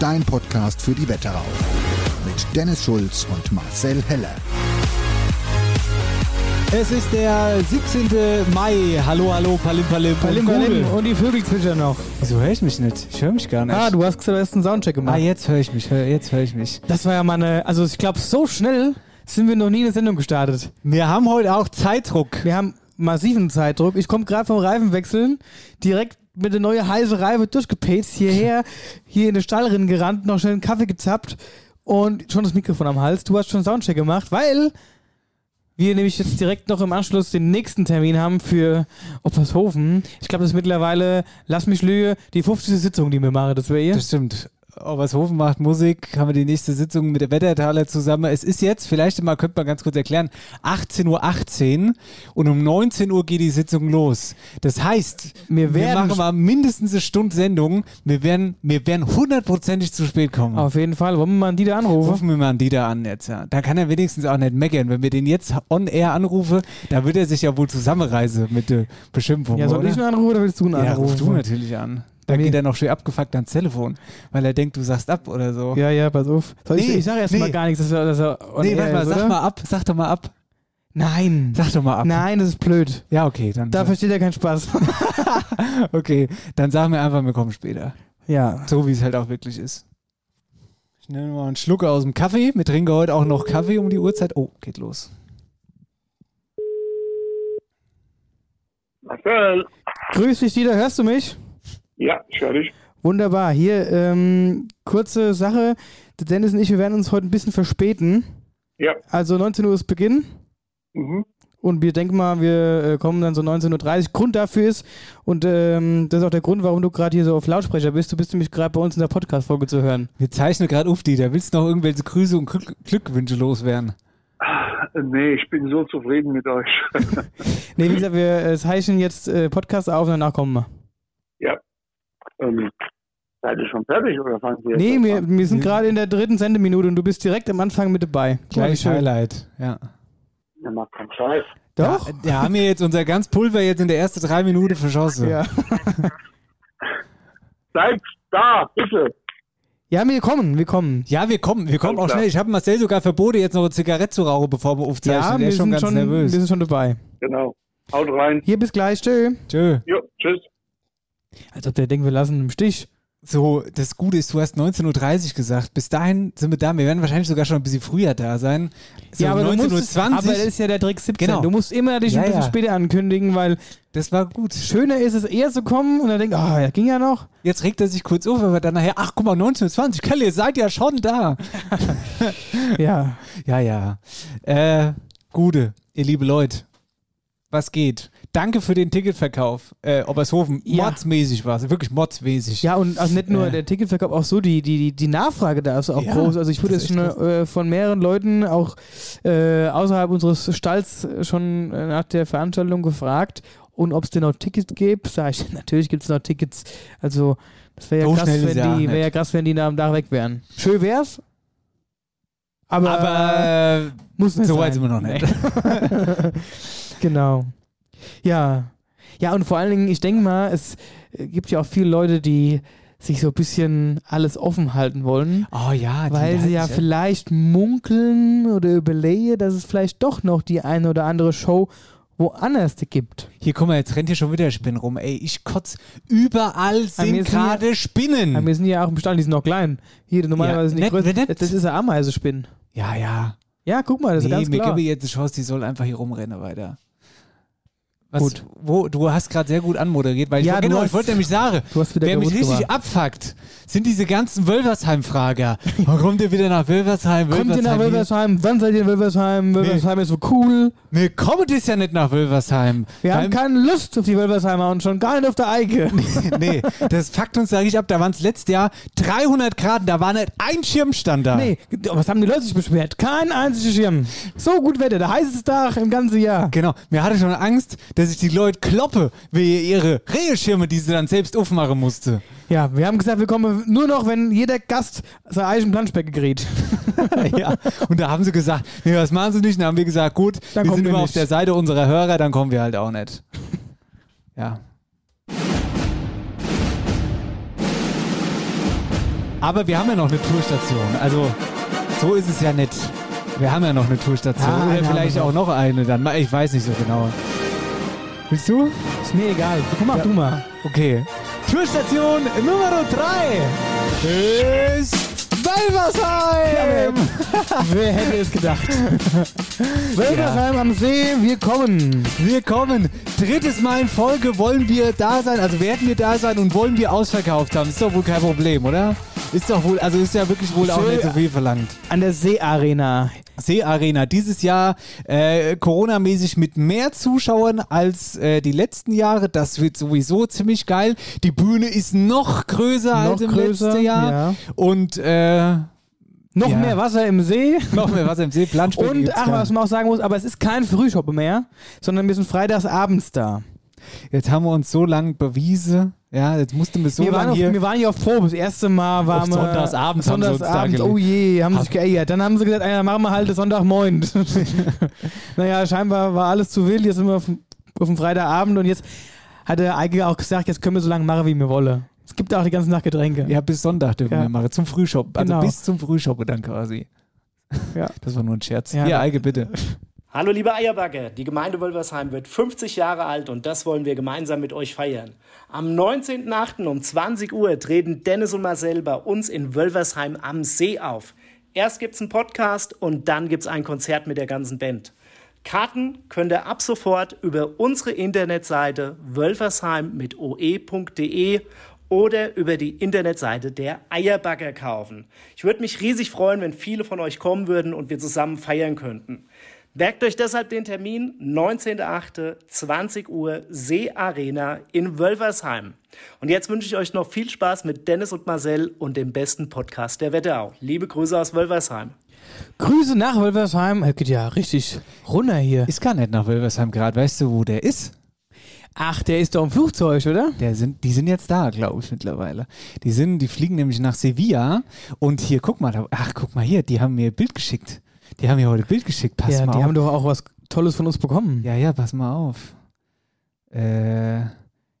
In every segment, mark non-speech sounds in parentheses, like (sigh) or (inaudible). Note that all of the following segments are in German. Dein Podcast für die Wetterau. Mit Dennis Schulz und Marcel Heller. Es ist der 17. Mai. Hallo, hallo, Palim Palim. Palim, und Palim Gudel. und die Vögel zwitschern noch. Wieso höre ich mich nicht? Ich höre mich gar nicht. Ah, du hast zuerst einen Soundcheck gemacht. Ah, jetzt höre ich mich. Hör, jetzt höre ich mich. Das war ja mal eine, also ich glaube, so schnell sind wir noch nie eine Sendung gestartet. Wir haben heute auch Zeitdruck. Wir haben massiven Zeitdruck. Ich komme gerade vom Reifenwechseln, direkt mit der neue heiße Reife durchgepetzt hierher, hier in den Stall rein gerannt, noch schnell einen Kaffee gezappt und schon das Mikrofon am Hals. Du hast schon Soundcheck gemacht, weil wir nämlich jetzt direkt noch im Anschluss den nächsten Termin haben für Oppershofen. Ich glaube, das ist mittlerweile, lass mich lüge, die 50. Sitzung, die wir machen. Das wäre ihr. Das stimmt. Obershofen macht Musik, haben wir die nächste Sitzung mit der Wettertaler zusammen. Es ist jetzt, vielleicht mal, könnte man ganz kurz erklären, 18.18 Uhr und um 19 Uhr geht die Sitzung los. Das heißt, Wir werden- machen mal mindestens eine Stunde Sendung. Wir werden, wir werden hundertprozentig zu spät kommen. Auf jeden Fall. Wollen wir mal die da anrufen? Rufen wir mal einen Dieter an jetzt. Ja. Da kann er wenigstens auch nicht meckern. Wenn wir den jetzt on air anrufen, da wird er sich ja wohl zusammenreißen mit der Beschimpfung. Ja, soll oder? ich einen Anruf oder willst du einen Ja, Anruf? ruf du natürlich an. Da Nee. geht er noch schön abgefuckt ans Telefon, weil er denkt, du sagst ab oder so. Ja, ja, pass auf. Soll ich, Oh. Nee, ich sage erst nee. mal gar nichts, dass er, dass er on nee, air warte mal, ist, sag oder? mal ab, sag doch mal ab. Nein. Sag doch mal ab. Nein, das ist blöd. Ja, okay, dann, Da versteht er keinen (laughs) Spaß. okay, dann sagen wir einfach, wir kommen später. ja. So wie es halt auch wirklich ist. Ich nehme mal einen Schluck aus dem Kaffee. Wir trinken heute auch noch Kaffee um die Uhrzeit. Oh, geht los. Marcel. Grüß dich, Dieter. Hörst du mich? Ja, ich höre dich. Wunderbar. Hier, ähm, kurze Sache. Der Dennis und ich, wir werden uns heute ein bisschen verspäten. Ja. Also 19 Uhr ist Beginn. Mhm. Und wir denken mal, wir äh, kommen dann so 19.30 Uhr. Grund dafür ist, und ähm, das ist auch der Grund, warum du gerade hier so auf Lautsprecher bist. Du bist nämlich gerade bei uns in der Podcast-Folge zu hören. Wir zeichnen gerade auf, Dieter. Willst du noch irgendwelche Grüße und Glück Glückwünsche loswerden? Äh, Nee, ich bin so zufrieden mit euch. Nee, wie gesagt, wir äh, zeichnen jetzt äh, Podcast auf und danach kommen wir. (laughs) ähm, seid ihr schon fertig oder fangen wir jetzt Nee, erst wir, an? wir sind gerade in der dritten Sendeminute und du bist direkt am Anfang mit dabei. Mhm. Guck mal, wie Gleich Highlight. Ja. Ja, macht keinen Scheiß. Doch? Da, da haben wir jetzt unser ganz Pulver jetzt in der ersten drei Minuten verschossen. Ja. Seid da, bitte. ja, wir kommen, wir kommen. Ja, wir kommen, wir kommen Alles auch klar. schnell. Ich habe Marcel sogar verboten, jetzt noch eine Zigarette zu rauchen, bevor wir aufzeichnen. Ja, Der wir ist schon sind ganz schon, wir nervös. sind schon dabei. Genau. Haut rein. Hier, bis gleich, tschö. Tschö. Jo, tschüss. Als ob der denkt, wir lassen ihn im Stich. So, das Gute ist, du hast 19.30 Uhr gesagt. Bis dahin sind wir da. Wir werden wahrscheinlich sogar schon ein bisschen früher da sein. So ja, aber du musst, es- 19.20 Uhr. aber das ist ja der Trick 17. Genau. Du musst immer dich Ja, ein bisschen ja. später ankündigen, weil das war gut. schöner ist es eher zu kommen und dann denkt, ah, ja, ging ja (laughs) noch. Jetzt regt er sich kurz auf, aber dann nachher, ach guck mal, 19.20 Uhr. Kalle, ihr seid ja schon da. Ja. Ja, ja. Äh, Gute, ihr liebe Leute. Was geht? Danke für den Ticketverkauf. Äh, Obershofen, Ja. mordsmäßig war es. Wirklich mordsmäßig. Ja, und also nicht nur Äh. der Ticketverkauf, auch so die, die, die- die Nachfrage da ist auch Ja, groß. Also ich wurde das jetzt ist schon echt äh, von mehreren Leuten auch äh, außerhalb unseres Stalls schon äh, nach der Veranstaltung gefragt und ob es denn noch Tickets gibt. Sag ich, (laughs) natürlich gibt es noch Tickets. Also das wäre ja, So krass, schnell ist wenn ja die- nicht. wär ja krass, wenn die nach dem Tag weg wären. Schön wär's, Aber, Aber äh, muss nicht so sein. weit sind wir noch nicht. Genau. Ja. Ja, und vor allen Dingen, ich denke mal, es äh, gibt ja auch viele Leute, die sich so ein bisschen alles offen halten wollen, Oh ja, die weil sie ja Leipziger. vielleicht munkeln oder überlegen, dass es vielleicht doch noch die eine oder andere Show woanders gibt. Hier, guck mal, jetzt rennt hier schon wieder Spinnen rum. Ey, ich kotz. Überall mir sind ist hier- gerade Aber wir Spinnen. sind ja auch im Stall, die sind noch klein. Hier, normalerweise Hm. Ja, sind die nett, größten. nett. Das ist eine Ameisespinne. Ja, ja. Ja, guck mal, das Nee, ist Also ganz mir klar. gebe jetzt eine Chance, die soll einfach hier rumrennen weiter. Was, Gut. Wo, du hast gerade sehr gut anmoderiert, weil Ja, ich, du genau, hast- ich wollte nämlich sagen, Du hast wieder wer mich kaputt richtig gemacht. abfuckt, sind diese ganzen Wölversheim-Frager. Warum kommt ihr wieder nach Wölversheim? Kommt ihr nach hier? Wilversheim? Wann seid ihr in Wilversheim? Wilversheim ist so cool. Nee, kommt es ja nicht nach Wölversheim. Wir haben Weil- keine Lust auf die Wilversheimer und schon gar nicht auf der Eike. (laughs) nee, das fuckt uns da richtig ab. Da waren es letztes Jahr 300 Grad, da war nicht ein Schirmstand da. Nee, was haben die Leute sich beschwert? Kein einziger Schirm. So gut Wetter, der heißeste Tag im ganzen Jahr. Genau, mir hatte schon Angst, dass ich die Leute kloppe, wie ihre Reheschirme, die sie dann selbst aufmachen musste. Ja, wir haben gesagt, wir kommen nur noch, wenn jeder Gast sein eigenes Planschbeck gerät. (laughs) ja. Und da haben sie gesagt, nee, das machen sie nicht. Und dann haben wir gesagt, gut, Dann wir kommen sind wir immer nicht. auf der Seite unserer Hörer, dann kommen wir halt auch nicht. ja. Aber wir haben ja noch eine Tourstation. Also, so ist es ja nicht. Wir haben ja noch eine Tourstation. Ah, eine Oder haben vielleicht wir auch noch eine dann. Ich weiß nicht so genau. Willst du? Ist mir egal. Guck mal, du mal. Okay. Tourstation Nummer 3 ist Welversheim! Wer hätte es gedacht? Wilversheim am See, wir kommen. Willkommen. Drittes Mal in Folge wollen wir da sein, also werden wir da sein und wollen wir ausverkauft haben. Ist doch wohl kein Problem, oder? Ist doch wohl, also ist ja wirklich wohl auch Schön. nicht so viel verlangt. An der See-Arena. See Arena dieses Jahr äh, Corona-mäßig mit mehr Zuschauern als äh, die letzten Jahre. Das wird sowieso ziemlich geil. Die Bühne ist noch größer Noch als im größer, letzten Jahr. ja. Und äh, Noch Ja. mehr Wasser im See. noch mehr was im See. (laughs) Planschbecken Und, gibt's ach, gar was man auch sagen muss, aber es ist kein Frühschoppe mehr, sondern wir sind freitags abends da. Jetzt haben wir uns so lange bewiesen. Ja, jetzt mussten wir so wir, waren lange auf, hier. wir waren hier auf Probe. Das erste Mal waren wir. Sonntagsabends haben sie uns da Sonntagsabend, gelegt. oh je, haben sich geeiert. Dann haben sie gesagt, ja, machen wir halt das (laughs) Sonntagmorgen. naja, scheinbar war alles zu wild. Jetzt sind wir auf, dem- auf dem Freitagabend und jetzt hat der Eike auch gesagt, jetzt können wir so lange machen, wie wir wollen. Es gibt auch die ganze Nacht Getränke. Ja, bis Sonntag dürfen Ja. wir machen. Zum Frühschoppen. Also Genau. bis zum Frühschoppen dann quasi. Ja. Das war nur ein Scherz. Ja. Ja, Hier, (laughs) Eike, bitte. Hallo liebe Eierbacke, die Gemeinde Wolversheim wird 50 Jahre alt und das wollen wir gemeinsam mit euch feiern. Am 19.08. um 20 Uhr treten Dennis und Marcel bei uns in Wölversheim am See auf. Erst gibt's einen Podcast und dann gibt's ein Konzert mit der ganzen Band. Karten könnt ihr ab sofort über unsere Internetseite wölversheim mit e oe.de oder über die Internetseite der Eierbagger kaufen. Ich würde mich riesig freuen, wenn viele von euch kommen würden und wir zusammen feiern könnten. Merkt euch deshalb den Termin 19.08.20 Uhr See Arena in Wölversheim. Und jetzt wünsche ich euch noch viel Spaß mit Dennis und Marcel und dem besten Podcast der Wetterau. Liebe Grüße aus Wölversheim. Grüße nach Wolfersheim. Äh, Geht ja richtig runter hier. Ist gar nicht nach Wilversheim gerade. Weißt du, wo der ist? Ach, der ist doch im Flugzeug, oder? Der sind, die sind jetzt da, glaube ich, mittlerweile. Die sind, die fliegen nämlich nach Sevilla und hier, guck mal, da, ach, guck mal hier, die haben mir ein Bild geschickt. Die haben mir heute ein Bild geschickt, pass ja, mal die auf. haben doch auch was Tolles von uns bekommen. ja, ja, pass mal auf. Äh,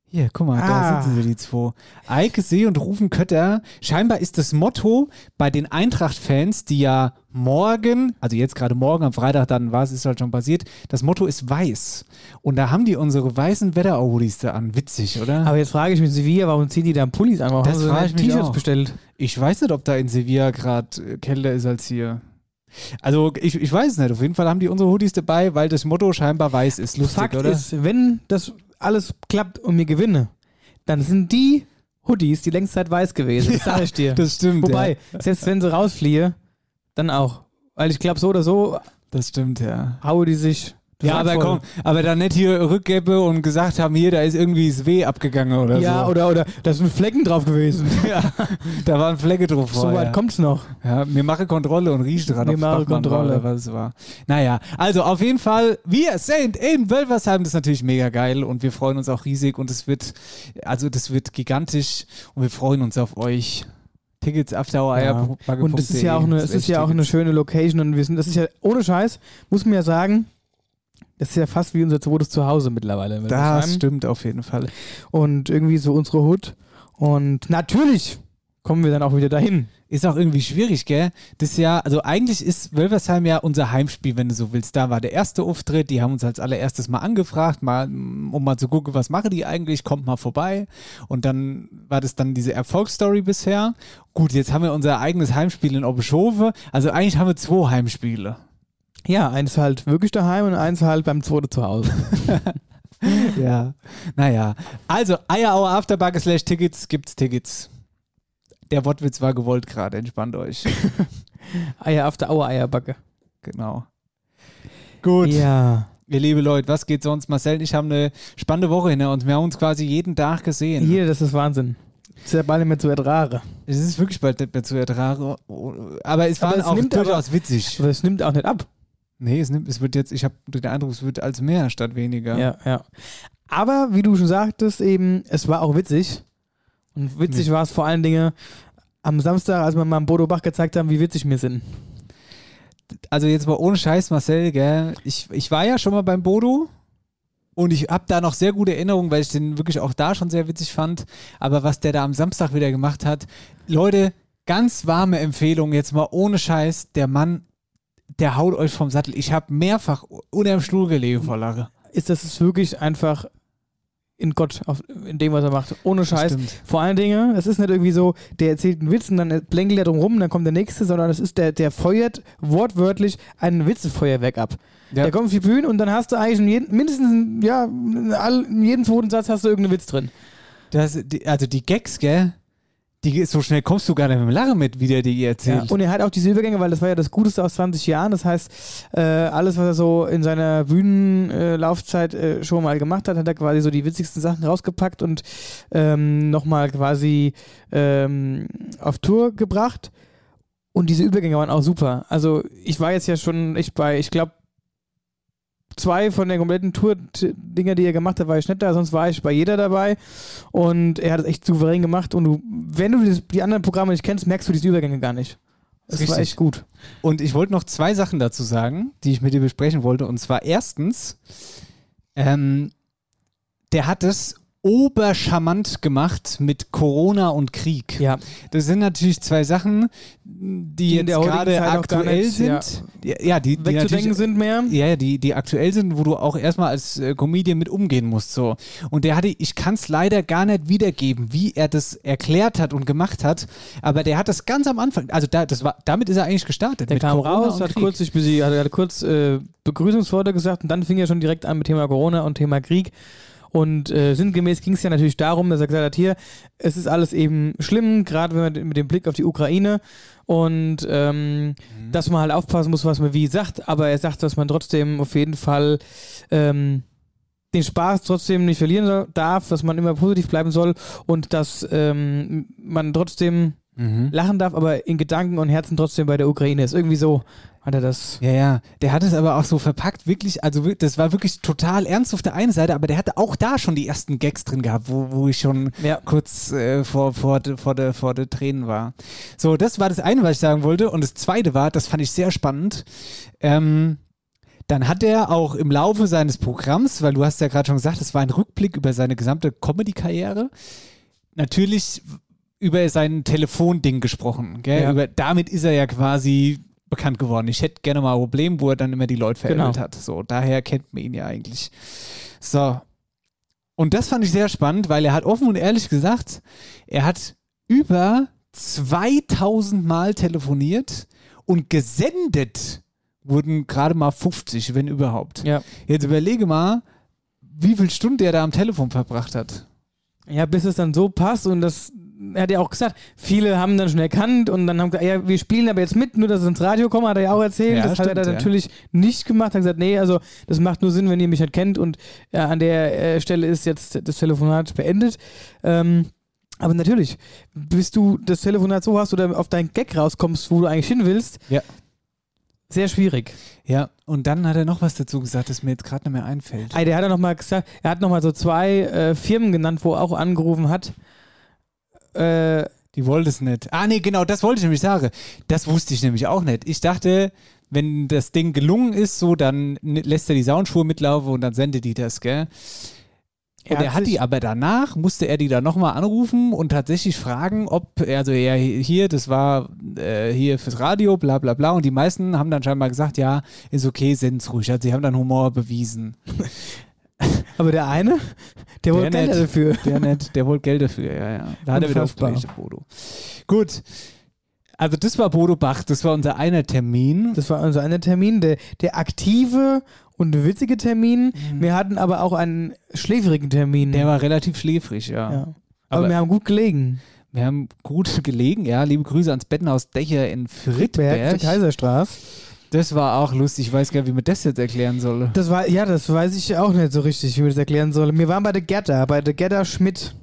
hier, guck mal, Ah. da sitzen sie, die zwei. Eike See und Rufen Kötter. Scheinbar ist das Motto bei den Eintracht-Fans, die ja morgen, also jetzt gerade morgen, am Freitag dann war es, ist halt schon passiert, das Motto ist weiß. Und da haben die unsere weißen Wetterau-Hoodies da an. Witzig, oder? Aber jetzt frage ich mich, Sevilla, warum ziehen die da Pullis an? Warum Das haben sie frage da ich mich T-Shirts auch. bestellt? Ich weiß nicht, ob da in Sevilla gerade kälter ist als hier. Also ich, ich weiß es nicht. Auf jeden Fall haben die unsere Hoodies dabei, weil das Motto scheinbar weiß ist. Lustig, Fakt oder? ist, wenn das alles klappt und wir gewinne, dann sind die Hoodies die längste Zeit weiß gewesen. (laughs) Das sage ich dir. das stimmt. Wobei, ja. selbst wenn sie rausfliehe, dann auch. Weil ich glaube, so oder so das stimmt, ja. haue die sich. voll Ja, aber voll. komm, aber dann nicht hier Rückgäbe und gesagt haben, hier, da ist irgendwie das W abgegangen oder Ja, so. oder, oder da sind Flecken drauf gewesen. ja, da waren Flecke drauf so vorher. weit kommt's noch. Ja, mir mache Kontrolle und rieche dran. Mir ob's mache Bachmann Kontrolle. War, oder was es war. Naja, also auf jeden Fall, wir sind in Wölversheim. Das ist natürlich mega geil und wir freuen uns auch riesig und es wird, also das wird gigantisch und wir freuen uns auf euch. Tickets after our Ja. Eierbacke.de. Und das ist E. ja auch eine, es ist ja auch eine schöne Location und wir sind, das ist ja ohne Scheiß, muss man ja sagen, das ist ja fast wie unser zweites Zuhause mittlerweile. in Das Wilmersheim. stimmt auf jeden Fall. Und irgendwie so unsere Hut. Und natürlich kommen wir dann auch wieder dahin. Ist auch irgendwie schwierig, gell? Das Jahr, also eigentlich ist Wölversheim ja unser Heimspiel, wenn du so willst. Da war der erste Auftritt, die haben uns als allererstes mal angefragt, mal, mm, um mal zu gucken, was machen die eigentlich, kommt mal vorbei. Und dann war das dann diese Erfolgsstory bisher. Gut, jetzt haben wir unser eigenes Heimspiel in Obeschhofe. Also eigentlich haben wir zwei Heimspiele. Ja, eins halt wirklich daheim und eins halt beim zweiten Zuhause. Ja. Naja. Also, Eierauer Afterbacke slash Tickets gibt's Tickets. Der Wortwitz war gewollt gerade, entspannt euch. (laughs) Eier auf der Auer Eierbacke. genau. Gut. Ja. Ihr liebe Leute, was geht sonst? Marcel und ich haben eine spannende Woche hinter uns. Wir haben uns quasi jeden Tag gesehen. Hier, das ist Wahnsinn. Das ist ja bald nicht mehr zu ertragen. Es ist wirklich bald nicht mehr zu ertragen. Aber es Aber war es auch nimmt durchaus witzig. Aber es nimmt auch nicht ab. Nee, es, nimmt, es wird jetzt, ich habe den Eindruck, es wird als mehr statt weniger. ja, ja. Aber wie du schon sagtest, eben, es war auch witzig. Und witzig war es vor allen Dingen am Samstag, als wir mal am Bodo Bach gezeigt haben, wie witzig wir sind. Also jetzt mal ohne Scheiß, Marcel, gell? Ich, ich war ja schon mal beim Bodo und ich habe da noch sehr gute Erinnerungen, weil ich den wirklich auch da schon sehr witzig fand. Aber was der da am Samstag wieder gemacht hat, Leute, ganz warme Empfehlung, jetzt mal ohne Scheiß, der Mann, der haut euch vom Sattel. Ich habe mehrfach unterm Stuhl gelegen vor Lache. Ist das ist wirklich einfach in Gott, auf, in dem, was er macht. Ohne Scheiß. Stimmt. Vor allen Dingen, es ist nicht irgendwie so, der erzählt einen Witz und dann blänkelt er drum rum und dann kommt der nächste, sondern es ist der, der feuert wortwörtlich einen Witzefeuerwerk ab. Ja. Der kommt auf die Bühne und dann hast du eigentlich in jeden, mindestens, ja, in all- in jedem zweiten Satz hast du irgendeinen Witz drin. Das, die, also die Gags, gell? Die, so schnell kommst du gar nicht mit dem Lachen mit, wie der dir erzählt. Ja. Und er hat auch diese Übergänge, weil das war ja das Guteste aus 20 Jahren. Das heißt, äh, alles, was er so in seiner Bühnenlaufzeit äh, Laufzeit, äh, schon mal gemacht hat, hat er quasi so die witzigsten Sachen rausgepackt und ähm, nochmal quasi ähm, auf Tour gebracht. Und diese Übergänge waren auch super. Also ich war jetzt ja schon echt bei, ich glaube, zwei von der kompletten Tour-Dinger, die er gemacht hat, war ich nicht da, sonst war ich bei jeder dabei. Und er hat es echt souverän gemacht. Und du, wenn du dieses, die anderen Programme nicht kennst, merkst du diese Übergänge gar nicht. Das war Richtig. echt gut. Und ich wollte noch zwei Sachen dazu sagen, die ich mit dir besprechen wollte. Und zwar erstens, ähm, der hat es obercharmant gemacht mit Corona und Krieg. Ja. Das sind natürlich zwei Sachen, in die, jetzt der heutigen gerade Zeit auch gar aktuell nicht, sind. ja. Ja, ja die, die Wegzudenken natürlich sind mehr. ja, ja, die, die aktuell sind, wo du auch erstmal als äh, Comedian mit umgehen musst. So. Und der hatte, ich kann es leider gar nicht wiedergeben, wie er das erklärt hat und gemacht hat, aber der hat das ganz am Anfang, also da, das war, damit ist er eigentlich gestartet. Der mit kam Corona raus, und hat Krieg. kurz, sich besi- hat, hat kurz äh, Begrüßungsworte gesagt und dann fing er schon direkt an mit Thema Corona und Thema Krieg. Und äh, sinngemäß ging es ja natürlich darum, dass er gesagt hat, hier, es ist alles eben schlimm, gerade wenn man mit dem Blick auf die Ukraine und ähm, dass man halt aufpassen muss, was man wie sagt, aber er sagt, dass man trotzdem auf jeden Fall ähm, den Spaß trotzdem nicht verlieren soll, darf, dass man immer positiv bleiben soll und dass ähm, man trotzdem Hm? lachen darf, aber in Gedanken und Herzen trotzdem bei der Ukraine ist. Irgendwie so hat er das. Ja, ja. Der hat es aber auch so verpackt, wirklich, also wir- das war wirklich total ernst auf der einen Seite, aber der hatte auch da schon die ersten Gags drin gehabt, wo, wo ich schon Ja. kurz äh, vor, vor, de- vor, de, vor de Tränen war. So, das war das eine, was ich sagen wollte. Und das zweite war, das fand ich sehr spannend. Ähm, dann hat er auch im Laufe seines Programms, weil du hast ja gerade schon gesagt, es war ein Rückblick über seine gesamte Comedy-Karriere, natürlich über sein Telefonding gesprochen. Gell? Ja. Über, damit ist er ja quasi bekannt geworden. Ich hätte gerne mal ein Problem, wo er dann immer die Leute veräppelt Genau. hat. So, daher kennt man ihn ja eigentlich. So. Und das fand ich sehr spannend, weil er hat offen und ehrlich gesagt, er hat über 2000 Mal telefoniert und gesendet wurden gerade mal 50, wenn überhaupt. Ja. Jetzt überlege mal, wie viel Stunden der da am Telefon verbracht hat. ja, bis es dann so passt und das er hat ja auch gesagt, viele haben dann schon erkannt und dann haben gesagt, ja, wir spielen aber jetzt mit, nur dass es ins Radio kommt, hat er ja auch erzählt. Ja, das hat er stimmt, dann ja. natürlich nicht gemacht. Er hat gesagt, nee, also das macht nur Sinn, wenn ihr mich halt kennt und ja, an der äh, Stelle ist jetzt das Telefonat beendet. Ähm, aber natürlich, bis du das Telefonat so hast oder auf deinen Gag rauskommst, wo du eigentlich hin willst, Ja. sehr schwierig. Ja, und dann hat er noch was dazu gesagt, das mir jetzt gerade nicht mehr einfällt. Ey, der hat ja noch mal gesagt, er hat nochmal so zwei äh, Firmen genannt, wo er auch angerufen hat. Äh, Die wollte es nicht. Ah, nee, genau, das wollte ich nämlich sagen. Das wusste ich nämlich auch nicht. Ich dachte, wenn das Ding gelungen ist, so, dann n- lässt er die Soundschuhe mitlaufen und dann sendet die das, gell? Und er hat die aber danach, musste er die dann nochmal anrufen und tatsächlich fragen, ob, also ja, hier, das war äh, hier fürs Radio, bla bla bla. Und die meisten haben dann scheinbar gesagt, ja, ist okay, sind's ruhig. Also sie haben dann Humor bewiesen. (laughs) Aber der eine, der wollte Geld nicht. dafür. Der nicht, der wollte Geld dafür, ja, ja. Da hat er wieder Unfassbar. aufgelegt, der Bodo. Gut. Also das war Bodo Bach, das war unser einer Termin. (laughs) Das war also ein Termin, der, der aktive und witzige Termin. Wir hatten aber auch einen schläfrigen Termin. Der war relativ schläfrig, ja. ja. aber, aber- wir haben gut gelegen. Wir haben gut (laughs) gelegen, ja. Liebe Grüße ans Bettenhaus Dächer in Berg, Friedberg. Kaiserstraße. Das war auch lustig. Ich weiß gar nicht, wie man das jetzt erklären soll. Das war, ja, das weiß ich auch nicht so richtig, wie man das erklären soll. Wir waren bei der Gerda, bei der Gerda Schmidt.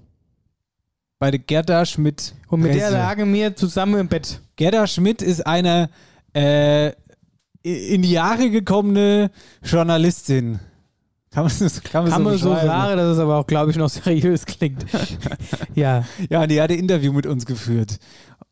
Bei der Gerda Schmidt. Und mit der Presse. lagen wir zusammen im Bett. Gerda Schmidt ist eine äh, in die Jahre gekommene Journalistin. Kann man, das, kann man, Haben wir so beschreiben? Jahre, dass es aber auch, glaube ich, noch (laughs) seriös klingt. ja. Ja, und die hatte ein Interview mit uns geführt.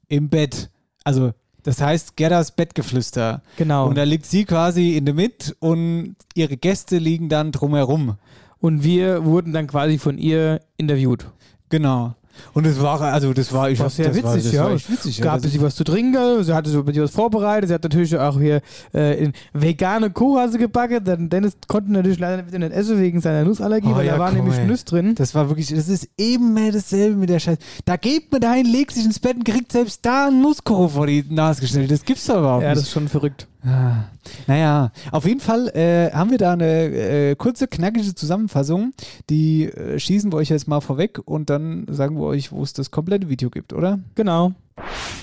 Im Bett. Also, das heißt Gerdas Bettgeflüster. Genau. Und da liegt sie quasi in der Mitte und ihre Gäste liegen dann drumherum. Und wir wurden dann quasi von ihr interviewt. Genau. Und das war, also das war, ich War hab- sehr das war, witzig, das ja. War echt witzig, Gab ja. sie was zu trinken, also, sie hatte so ein bisschen was vorbereitet, sie hat natürlich auch hier äh, in vegane Kuhhase gebacken, denn Dennis konnte natürlich leider wieder nicht essen wegen seiner Nussallergie, Oh, weil ja, da waren komm, nämlich ey. Nüsse drin. Das war wirklich, das ist immer dasselbe mit der Scheiße. Da geht man dahin, legt sich ins Bett und kriegt selbst da einen Nusskoro vor die Nase gestellt. Das gibt's doch überhaupt ja, das nicht. ist schon verrückt. Ah, naja, auf jeden Fall äh, haben wir da eine äh, kurze, knackige Zusammenfassung. Die äh, schießen wir euch jetzt mal vorweg und dann sagen wir euch, wo es das komplette Video gibt, oder? Genau.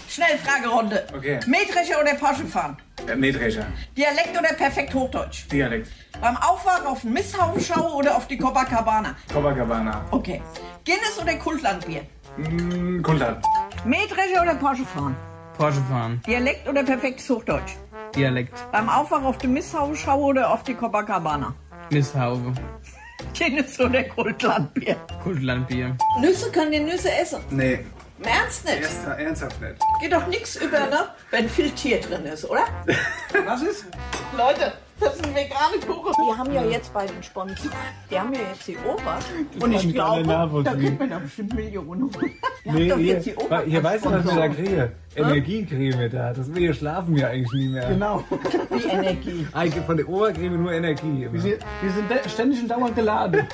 Schnell, Fragerunde. Okay. Mähdrescher oder Porsche fahren? Äh, Mähdrescher, Dialekt oder perfekt Hochdeutsch? Dialekt, Beim Aufwachen auf den Misthaufen schaue oder auf die Copacabana? Copacabana, Okay. Guinness oder Kultlandbier? mm, Kultan, Mähdrescher oder Porsche fahren? Porsche fahren, Dialekt oder perfektes Hochdeutsch? Dialekt, Beim Aufwachen auf den Misthaufen schaue oder auf die Copacabana? Misshaube, Guinness oder Kultlandbier? Kultlandbier. Nüsse können ihr Nüsse essen. Nee, Im Ernst nicht. ernsthaft nicht. Geht doch nichts über, ne? Wenn viel Tier drin ist, oder? (laughs) Was ist? Leute, das ist ein vegane Kuchen. Die haben ja jetzt bei den Sponsoren, die haben ja jetzt die Ober. Und ich glaube, da kriegt man doch bestimmt (laughs) Millionen. Ihr habt doch jetzt die Ober als Sponsoren. kriege. Energiecreme da. Das will ihr schlafen ja eigentlich nie mehr. Genau. Die Energie. Von der Obercreme nur Energie. Wir sind de- ständig und dauernd geladen.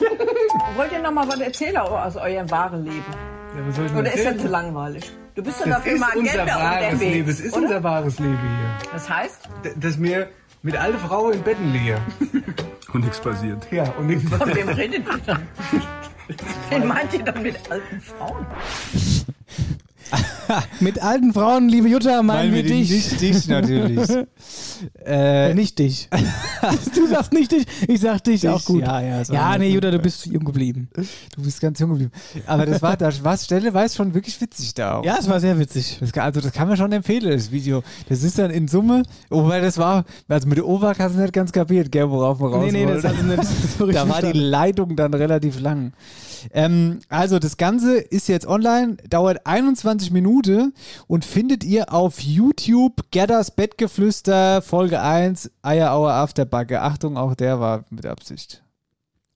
Wollt ihr noch mal was erzählen aus eurem wahren Leben? Ja, was soll ich denn Oder ist erzählen? das zu langweilig? Du bist doch das dafür ist mal unser Agenda wahres Leben. Das unterwegs, ist oder? unser wahres Leben Das heißt, hier. D- Dass mir mit alle Frauen im Betten liege. Und nichts passiert. Ja, und nichts von wem redet ihr (laughs) dann? Wen meint ihr dann mit alten Frauen? Mit alten Frauen, liebe Jutta, meinen Meinen wir wir den dich. nicht dich natürlich. Äh, nicht dich. (laughs) du sagst nicht dich, ich sag dich, auch gut. Ja, ja, ist ja auch nee, gut. Jutta, du bist zu jung geblieben. Du bist ganz jung geblieben. Aber das war, das war Stelle war es schon wirklich witzig da auch. Ja, es war sehr witzig. Das kann, also das kann man schon empfehlen, das Video. Das ist dann in Summe, wobei das war, also mit der Oberk hast du nicht ganz kapiert, gell, worauf wir raus Nee, nee, das wollen. hat sie nicht (laughs) so richtig Da war die verstanden. Leitung dann relativ lang. (laughs) Ähm, also das Ganze ist jetzt online, dauert 21 Minuten und findet ihr auf YouTube Gerdas Bettgeflüster Folge 1 Eierauer Afterbacke. Achtung, auch der war mit Absicht.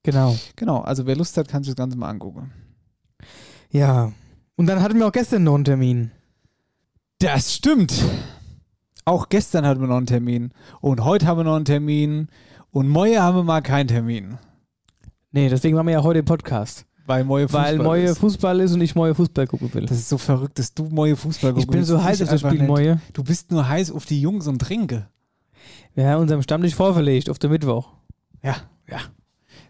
Genau. Genau, also wer Lust hat, kann sich das Ganze mal angucken. Ja. Und dann hatten wir auch gestern noch einen Termin. Das stimmt. Auch gestern hatten wir noch einen Termin. Und heute haben wir noch einen Termin. Und Moje haben wir mal keinen Termin. Nee, deswegen machen wir ja heute den Podcast. Weil Moje Fußball Weil Moje ist. Fußball ist und ich Moje Fußball gucken will. Das ist so verrückt, dass du Moje Fußball ich gucken bin willst so und heiß ich auf das einfach Spiel nicht. Moje. Du bist nur heiß auf die Jungs und Trinke. Wir haben unserem Stammtisch vorverlegt auf den Mittwoch. Ja, ja.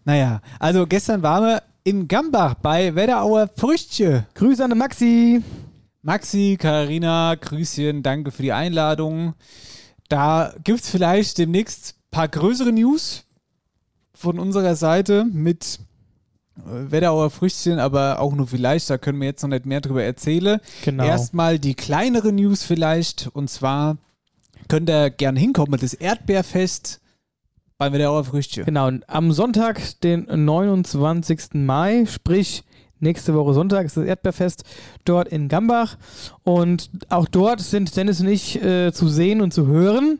Naja, also gestern waren wir in Gambach bei Wetterauer Früchtchen. Grüße an den Maxi. Maxi, Karina, Grüßchen, danke für die Einladung. Da gibt es vielleicht demnächst ein paar größere News von unserer Seite mit äh, Wetterauer Früchtchen, aber auch nur vielleicht, da können wir jetzt noch nicht mehr drüber erzählen. Genau. Erstmal die kleinere News vielleicht und zwar könnt ihr gern hinkommen, das Erdbeerfest beim Wetterauer Früchtchen. Genau, und am Sonntag, den 29. Mai, sprich Nächste Woche Sonntag ist das Erdbeerfest dort in Gambach. Und auch dort sind Dennis und ich äh, zu sehen und zu hören,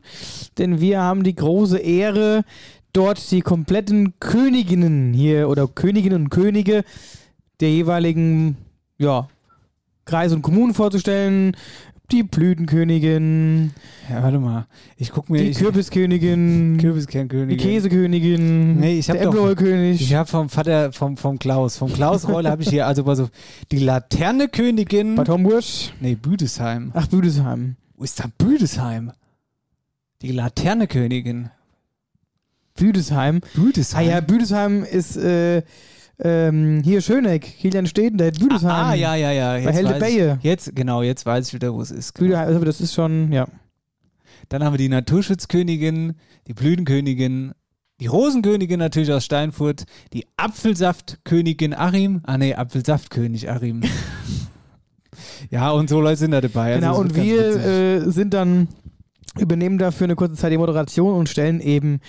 denn wir haben die große Ehre, dort die kompletten Königinnen hier oder Königinnen und Könige der jeweiligen ja, Kreise und Kommunen vorzustellen. Die Blütenkönigin, Ja, warte mal. Ich guck mir die ich, Kürbiskönigin, die Kürbiskernkönig. Käsekönigin, Nee, ich hab der doch- Ebblohe-König. Ich habe vom Vater, vom, vom Klaus, vom Klaus Reul habe ich hier, also pass auf, die Laternekönigin. Bad Homburg. Nee, Büdesheim. Ach, Büdesheim. Wo ist da Büdesheim? Die Laternekönigin. Büdesheim. Ah Büdesheim. ja, Büdesheim ist äh, ähm, hier Schöneck, Kilian Steden, der hat Büdesheim. Ah, ah, ja, ja, ja. Jetzt Helde weiß Bälle. Ich, jetzt, genau, jetzt weiß ich wieder, wo es ist. Genau. Büdesheim, also das ist schon, ja. Dann haben wir die Naturschutzkönigin, die Blütenkönigin, die Rosenkönigin natürlich aus Steinfurt, die Apfelsaftkönigin Achim. Ah, nee, (laughs) Apfelsaftkönig Achim. ja, und so Leute sind da dabei. Also genau, es und wird ganz wir witzig. äh, sind dann, übernehmen dafür eine kurze Zeit die Moderation und stellen eben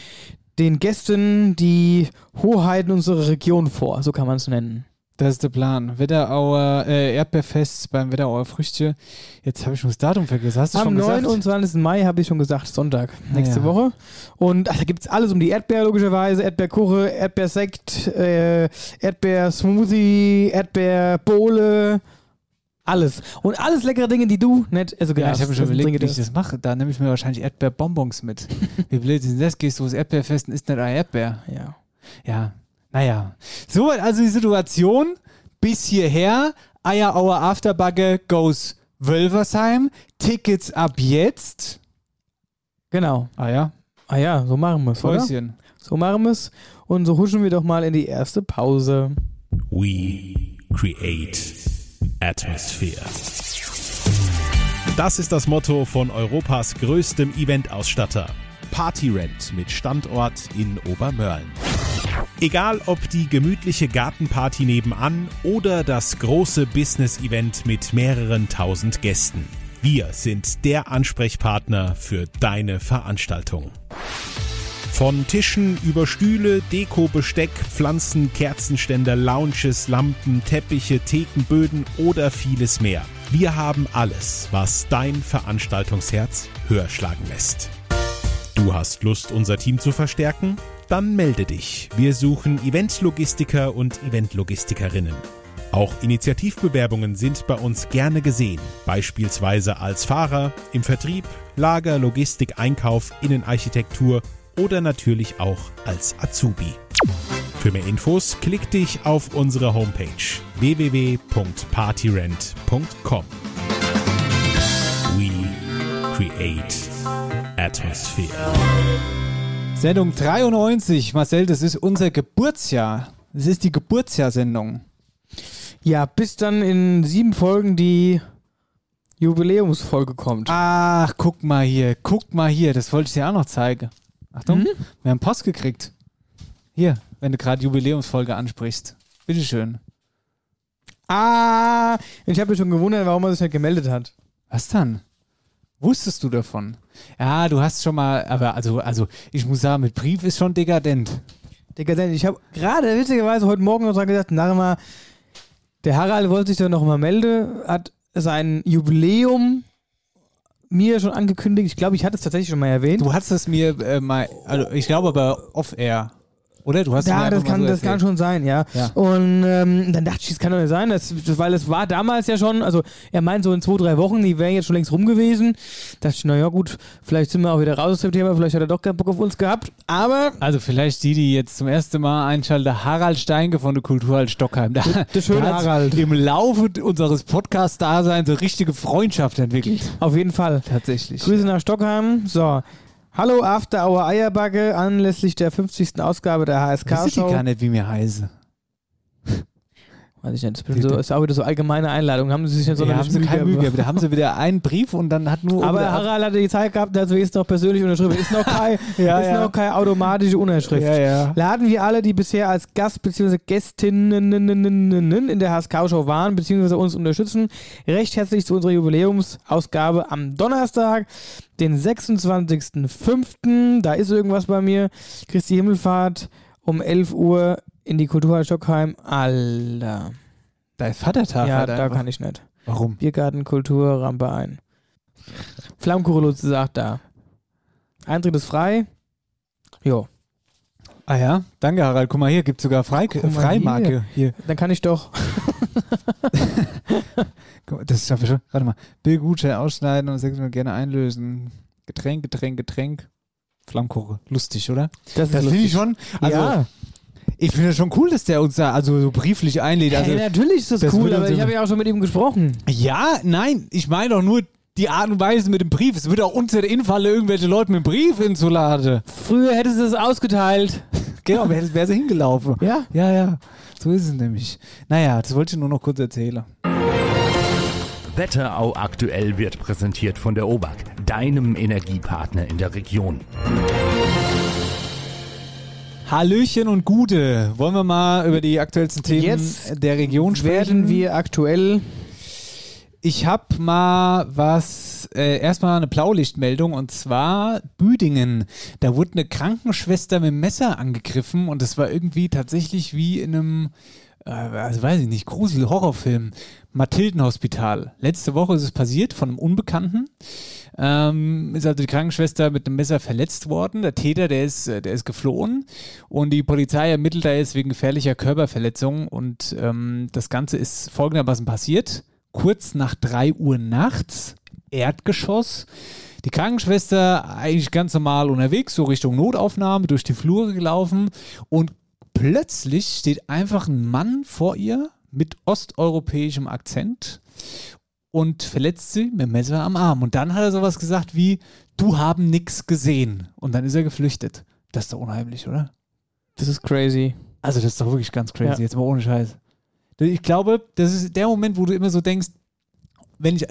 den Gästen die Hoheiten unserer Region vor, so kann man es nennen. Das ist der Plan. Wetterauer äh, Erdbeerfest beim Wetterauer Früchtchen. Jetzt habe ich schon das Datum vergessen. Hast du Am schon gesagt? 29. Mai habe ich schon gesagt, Sonntag, nächste ja. Woche. Und ach, da gibt es alles um die Erdbeer, logischerweise. Erdbeerkuche, Erdbeersekt, äh, Erdbeersmoothie, Erdbeerbowle, alles. Und alles leckere Dinge, die du nicht also ja, Genau, ich habe mir schon überlegt, wie ich das. das mache. Da nehme ich mir wahrscheinlich Erdbeerbonbons (laughs) mit. wie blöd ist denn das? Gehst du ins Erdbeerfest und isst nicht ein Erdbeer? Ja. Ja, naja. Soweit also die Situation. Bis hierher. Eierauer Afterbugge goes Wölversheim. Tickets ab jetzt. Genau. Ah ja, Ah ja, so machen wir es, oder? Päuschen. So machen wir es. Und so huschen wir doch mal in die erste Pause. We create atmosphere. Das ist das Motto von Europas größtem Eventausstatter. Partyrent mit Standort in Obermörlen. Egal ob die gemütliche Gartenparty nebenan oder das große Business-Event mit mehreren tausend Gästen. Wir sind der Ansprechpartner für deine Veranstaltung. Von Tischen über Stühle, Deko, Besteck, Pflanzen, Kerzenständer, Lounges, Lampen, Teppiche, Theken, Böden oder vieles mehr. Wir haben alles, was dein Veranstaltungsherz höher schlagen lässt. Du hast Lust, unser Team zu verstärken? Dann melde dich. Wir suchen Eventlogistiker und Eventlogistikerinnen. Auch Initiativbewerbungen sind bei uns gerne gesehen, beispielsweise als Fahrer, im Vertrieb, Lager, Logistik, Einkauf, Innenarchitektur oder natürlich auch als Azubi. Für mehr Infos klick dich auf unsere Homepage www.partyrent.com. We create atmosphere. Sendung 93. Marcel, das ist unser Geburtsjahr. Das ist die Geburtsjahrsendung. Ja, bis dann in sieben Folgen die Jubiläumsfolge kommt. Ah. Ach, guck mal hier, guck mal hier, das wollte ich dir auch noch zeigen. Achtung, Mhm. wir haben Post gekriegt. Hier, wenn du gerade Jubiläumsfolge ansprichst. Bitteschön. Ah, ich habe mich schon gewundert, warum er sich nicht gemeldet hat. Was dann? Wusstest du davon? Ja, du hast schon mal, aber also, also ich muss sagen, mit Brief ist schon dekadent. Digga, denn ich habe gerade witzigerweise heute Morgen noch dran gedacht, na mal, der Harald wollte sich doch noch mal melden, hat sein Jubiläum mir schon angekündigt. Ich glaube, ich hatte es tatsächlich schon mal erwähnt. Du hast es mir äh, mal, also ich glaube aber off-air, oder? Du hast es mir ja, das einfach mal kann, so das kann erzählt. schon sein, ja. Ja. Und ähm, dann dachte ich, das kann doch nicht sein, das, das, weil es war damals ja schon, also er meint so in zwei, drei Wochen, die wären jetzt schon längst rum gewesen. Dachte ich, naja gut, vielleicht sind wir auch wieder raus aus dem Thema, vielleicht hat er doch keinen Bock auf uns gehabt, aber Also vielleicht die, die jetzt zum ersten Mal einschalten, Harald Steinke von der Kulturhalle Stockheim. Da, der schöne da hat's Harald. Im Laufe unseres Podcast-Daseins eine richtige Freundschaft entwickelt. auf jeden Fall. Tatsächlich. Grüße nach Stockheim. So. Hallo After Hour Eierbacke anlässlich der 50. Ausgabe der HSK Wisst ihr die Show. gar nicht, wie mir heiße? Weiß ich nicht, das ist, bestimmt so, ist auch wieder so allgemeine Einladung. Haben sie sich nicht so Da haben sie keine Mühe gehabt. Da haben sie wieder einen Brief und dann hat nur... Aber Harald hatte die Zeit gehabt, dass wir es noch persönlich unterschrieben. Ist noch keine, (laughs) Ja, ist ja. noch keine automatische Unterschrift. Ja, ja. Laden wir alle, die bisher als Gast bzw. Gästinnen in der HSK-Show waren bzw. uns unterstützen, recht herzlich zu unserer Jubiläumsausgabe am Donnerstag, den 26.05. Da ist irgendwas bei mir. Christi Himmelfahrt um 11 Uhr in die Kulturhalle Stockheim. Alter. Da ist Vatertag. ja, halt da einfach. kann ich nicht. Warum? Biergartenkultur, Rampe ein. Flammkugelutz sagt da. Eintritt ist frei. Jo. Ah ja, danke Harald. Guck mal hier, gibt sogar Frei mal hier. Freimarke hier. Dann kann ich doch. Guck mal, Das schaffe ich schon. Warte mal. Bill Gutschein ausschneiden und sechsmal gerne einlösen. Getränk, Getränk, Getränk. Flammkuchen. Lustig, oder? Das ist finde ich lustig. schon. Also, Ja. Ich finde das schon cool, dass der uns da also so brieflich einlädt. Also, hey, natürlich ist das, das cool, würde aber uns- ich habe ja auch schon mit ihm gesprochen. ja, nein, ich meine doch nur die Art und Weise mit dem Brief. Es würde auch unter den Infalle irgendwelche Leute mit dem Brief hinzuladen. Früher hättest du es ausgeteilt. (laughs) Genau, wäre wär sie hingelaufen. Ja? Ja, ja. So ist es nämlich. Naja, das wollte ich nur noch kurz erzählen. Wetterau aktuell wird präsentiert von der OBAK, deinem Energiepartner in der Region. Hallöchen und Gute. Wollen wir mal über die aktuellsten Themen Jetzt der Region sprechen? werden wir aktuell. Ich habe mal was, äh, erstmal eine Blaulichtmeldung und zwar Büdingen. Da wurde eine Krankenschwester mit dem Messer angegriffen und das war irgendwie tatsächlich wie in einem, äh, also weiß ich nicht, Grusel-Horrorfilm. Mathildenhospital. Letzte Woche ist es passiert von einem Unbekannten. Ähm, ist also die Krankenschwester mit einem Messer verletzt worden. Der Täter, der ist, äh, der ist geflohen. Und die Polizei ermittelt da jetzt wegen gefährlicher Körperverletzung. Und ähm, das Ganze ist folgendermaßen passiert. Kurz nach 3 Uhr nachts, Erdgeschoss. Die Krankenschwester eigentlich ganz normal unterwegs, so Richtung Notaufnahme, durch die Flure gelaufen. Und plötzlich steht einfach ein Mann vor ihr mit osteuropäischem Akzent und verletzt sie mit dem Messer am Arm. Und dann hat er sowas gesagt wie, du haben nix gesehen. Und dann ist er geflüchtet. Das ist doch unheimlich, oder? Das ist crazy. Also das ist doch wirklich ganz crazy, Ja. jetzt mal ohne Scheiß. Ich glaube, das ist der Moment, wo du immer so denkst, wenn ich,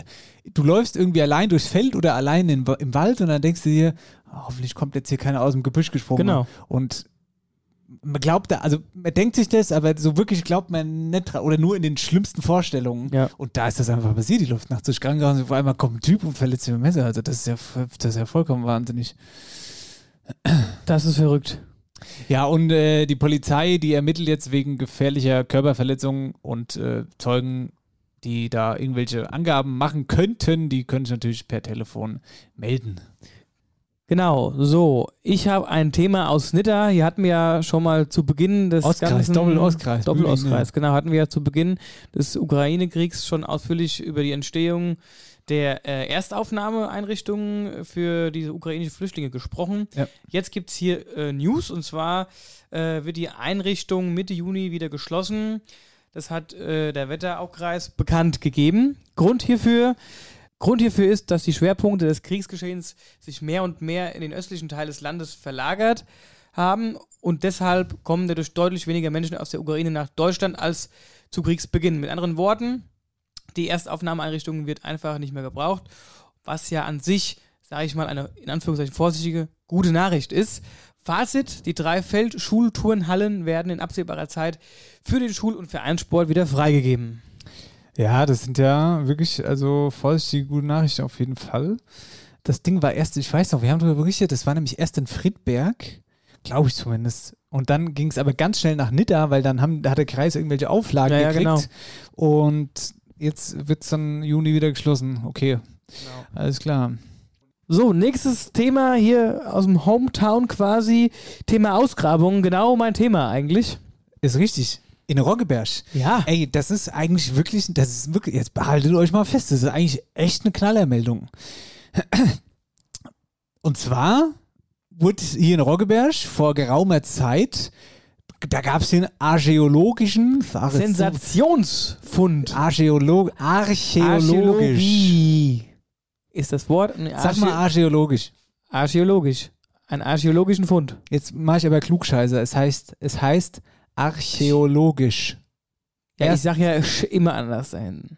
du läufst irgendwie allein durchs Feld oder allein in, im Wald und dann denkst du dir, "Ah, hoffentlich kommt jetzt hier keiner aus dem Gebüsch gesprungen. Genau. Und man glaubt da, also man denkt sich das, aber so wirklich glaubt man nicht dran oder nur in den schlimmsten Vorstellungen. Ja. Und da ist das einfach passiert, die Luft nachts durch Kranken und auf einmal kommt ein Typ und verletzt sich mit dem Messer. Also das ist ja, das ist ja vollkommen wahnsinnig. Das ist verrückt. Ja, und äh, die Polizei, die ermittelt jetzt wegen gefährlicher Körperverletzungen und äh, Zeugen, die da irgendwelche Angaben machen könnten, die können sich natürlich per Telefon melden. Genau, so. Ich habe ein Thema aus Nidda. Hier hatten wir ja schon mal zu Beginn des Ostkreis, ganzen... Doppelostkreis, Bühne. Doppelostkreis, genau. Hatten wir ja zu Beginn des Ukraine-Kriegs schon ausführlich über die Entstehung der äh, Erstaufnahmeeinrichtungen für diese ukrainischen Flüchtlinge gesprochen. Ja. Jetzt gibt es hier äh, News und zwar äh, wird die Einrichtung Mitte Juni wieder geschlossen. Das hat äh, der Wetteraukreis bekannt gegeben. Grund hierfür Grund hierfür ist, dass die Schwerpunkte des Kriegsgeschehens sich mehr und mehr in den östlichen Teil des Landes verlagert haben und deshalb kommen dadurch deutlich weniger Menschen aus der Ukraine nach Deutschland als zu Kriegsbeginn. Mit anderen Worten, die Erstaufnahmeeinrichtung wird einfach nicht mehr gebraucht, was ja an sich, sage ich mal, eine in Anführungszeichen vorsichtige, gute Nachricht ist. Fazit, die drei Feldschulturnhallen werden in absehbarer Zeit für den Schul- und Vereinssport wieder freigegeben. Ja, das sind ja wirklich, also vorsichtige gute Nachrichten auf jeden Fall. Das Ding war erst, ich weiß noch, wir haben darüber berichtet, das war nämlich erst in Friedberg, glaube ich zumindest. Und dann ging es aber ganz schnell nach Nidda, weil dann haben, da hat der Kreis irgendwelche Auflagen Ja, genau. ja, gekriegt. Und jetzt wird es dann Juni wieder geschlossen. Okay. Genau. Alles klar. So, nächstes Thema hier aus dem Hometown quasi. Thema Ausgrabungen, genau mein Thema eigentlich. Ist richtig. In Roggeberg. Ja. Ey, das ist eigentlich wirklich, das ist wirklich, jetzt behaltet euch mal fest, das ist eigentlich echt eine Knallermeldung. Und zwar wurde hier in Roggeberg vor geraumer Zeit, da gab es den archäologischen Sensationsfund. Archäolog, archäologisch. Archäologie. Ist das Wort? Ein Sag mal Archä- archäologisch. archäologisch. Einen archäologischen Fund. Jetzt mache ich aber klugscheiße. Es heißt, es heißt archäologisch. Ja, Erst- ich sag ja sch- immer anders ein.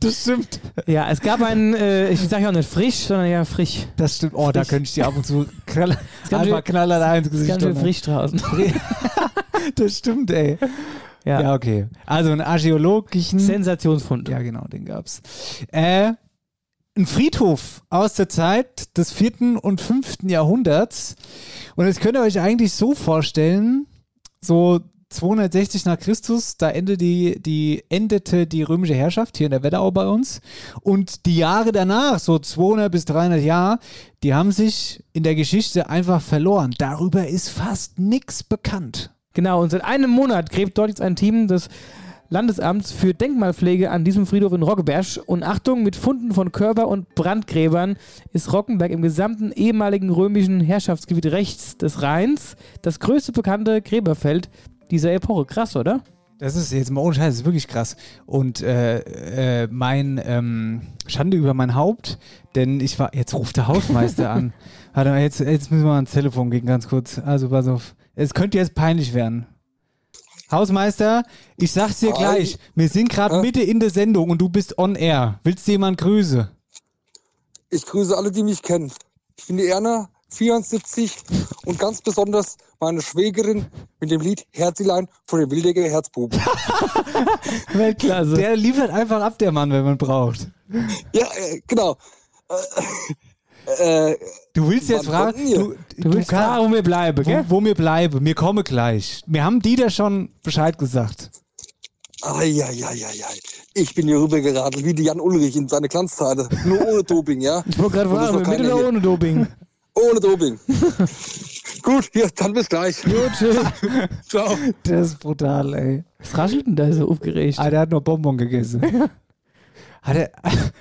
Das stimmt. Ja, es gab einen, äh, ich sag ja auch nicht frisch, sondern ja frisch. Das stimmt. Oh, da Frisch. könnte ich dir ab und zu knaller, ganz schön- einfach knaller da ins Ist Gesicht ganz schön donnern. frisch ne? draußen. Das stimmt, ey. Ja. Ja, okay. Also einen archäologischen. Sensationsfund. ja, genau, den gab's. Äh, ein Friedhof aus der Zeit des 4. und 5. Jahrhunderts. Und das könnt ihr euch eigentlich so vorstellen: so 260 nach Christus, da endete die, die, endete die römische Herrschaft hier in der Wetterau bei uns. Und die Jahre danach, so 200 bis 300 Jahre, die haben sich in der Geschichte einfach verloren. Darüber ist fast nichts bekannt. Genau, und seit einem Monat gräbt dort jetzt ein Team des Landesamts für Denkmalpflege an diesem Friedhof in Roggebersch. Und Achtung, mit Funden von Körper- und Brandgräbern ist Rockenberg im gesamten ehemaligen römischen Herrschaftsgebiet rechts des Rheins das größte bekannte Gräberfeld dieser Epoche. Krass, oder? Das ist jetzt mal ohne Scheiß, das ist wirklich krass. Und äh, äh, mein ähm, Schande über mein Haupt, denn ich war. Jetzt ruft der Hausmeister (laughs) an. Warte mal, jetzt, jetzt müssen wir mal ans Telefon gehen, ganz kurz. Also pass auf. Es könnte jetzt peinlich werden. Hausmeister, ich sag's dir Hi. Äh. gleich. Wir sind gerade Ja. Mitte in der Sendung und du bist on air. Willst du jemand grüße? Ich grüße alle, die mich kennen. Ich bin die Erna, 74 und ganz besonders meine Schwägerin mit dem Lied Herzilein von den Wildecker Herzbuben. Weltklasse. Der liefert einfach ab, der Mann, wenn man braucht. ja, äh, genau. Äh, äh, Du willst jetzt wann fragen, kommt ihr? du, fragen, wo wir bleiben, gell? Wo, wo wir bleiben, wir kommen gleich. Wir haben die da schon Bescheid gesagt. Eieieiei. Ich bin hier rübergeradelt wie die Jan Ulrich in seine Glanzzeit. Nur ohne Doping, ja? Ich wollte gerade fragen, mit oder ohne Doping? Ohne Doping. (laughs) Gut, hier, dann bis gleich. Ciao. Das ist brutal, ey. Was raschelt denn da so aufgeregt? Ah, der hat nur Bonbon gegessen. (laughs) hat, er,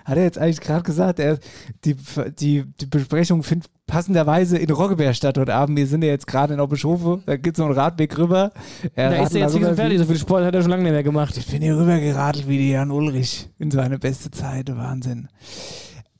hat er jetzt eigentlich gerade gesagt, er, die, die, die Besprechung findet passenderweise in Roggeberg statt heute Abend. Wir sind ja jetzt gerade in Oppenhofe, da gibt es noch einen Radweg rüber. Da ist er jetzt fix und fertig, so viel Sport hat er schon lange nicht mehr gemacht. Ich bin hier rübergeradelt wie die Jan Ulrich in seine beste Zeit, Wahnsinn.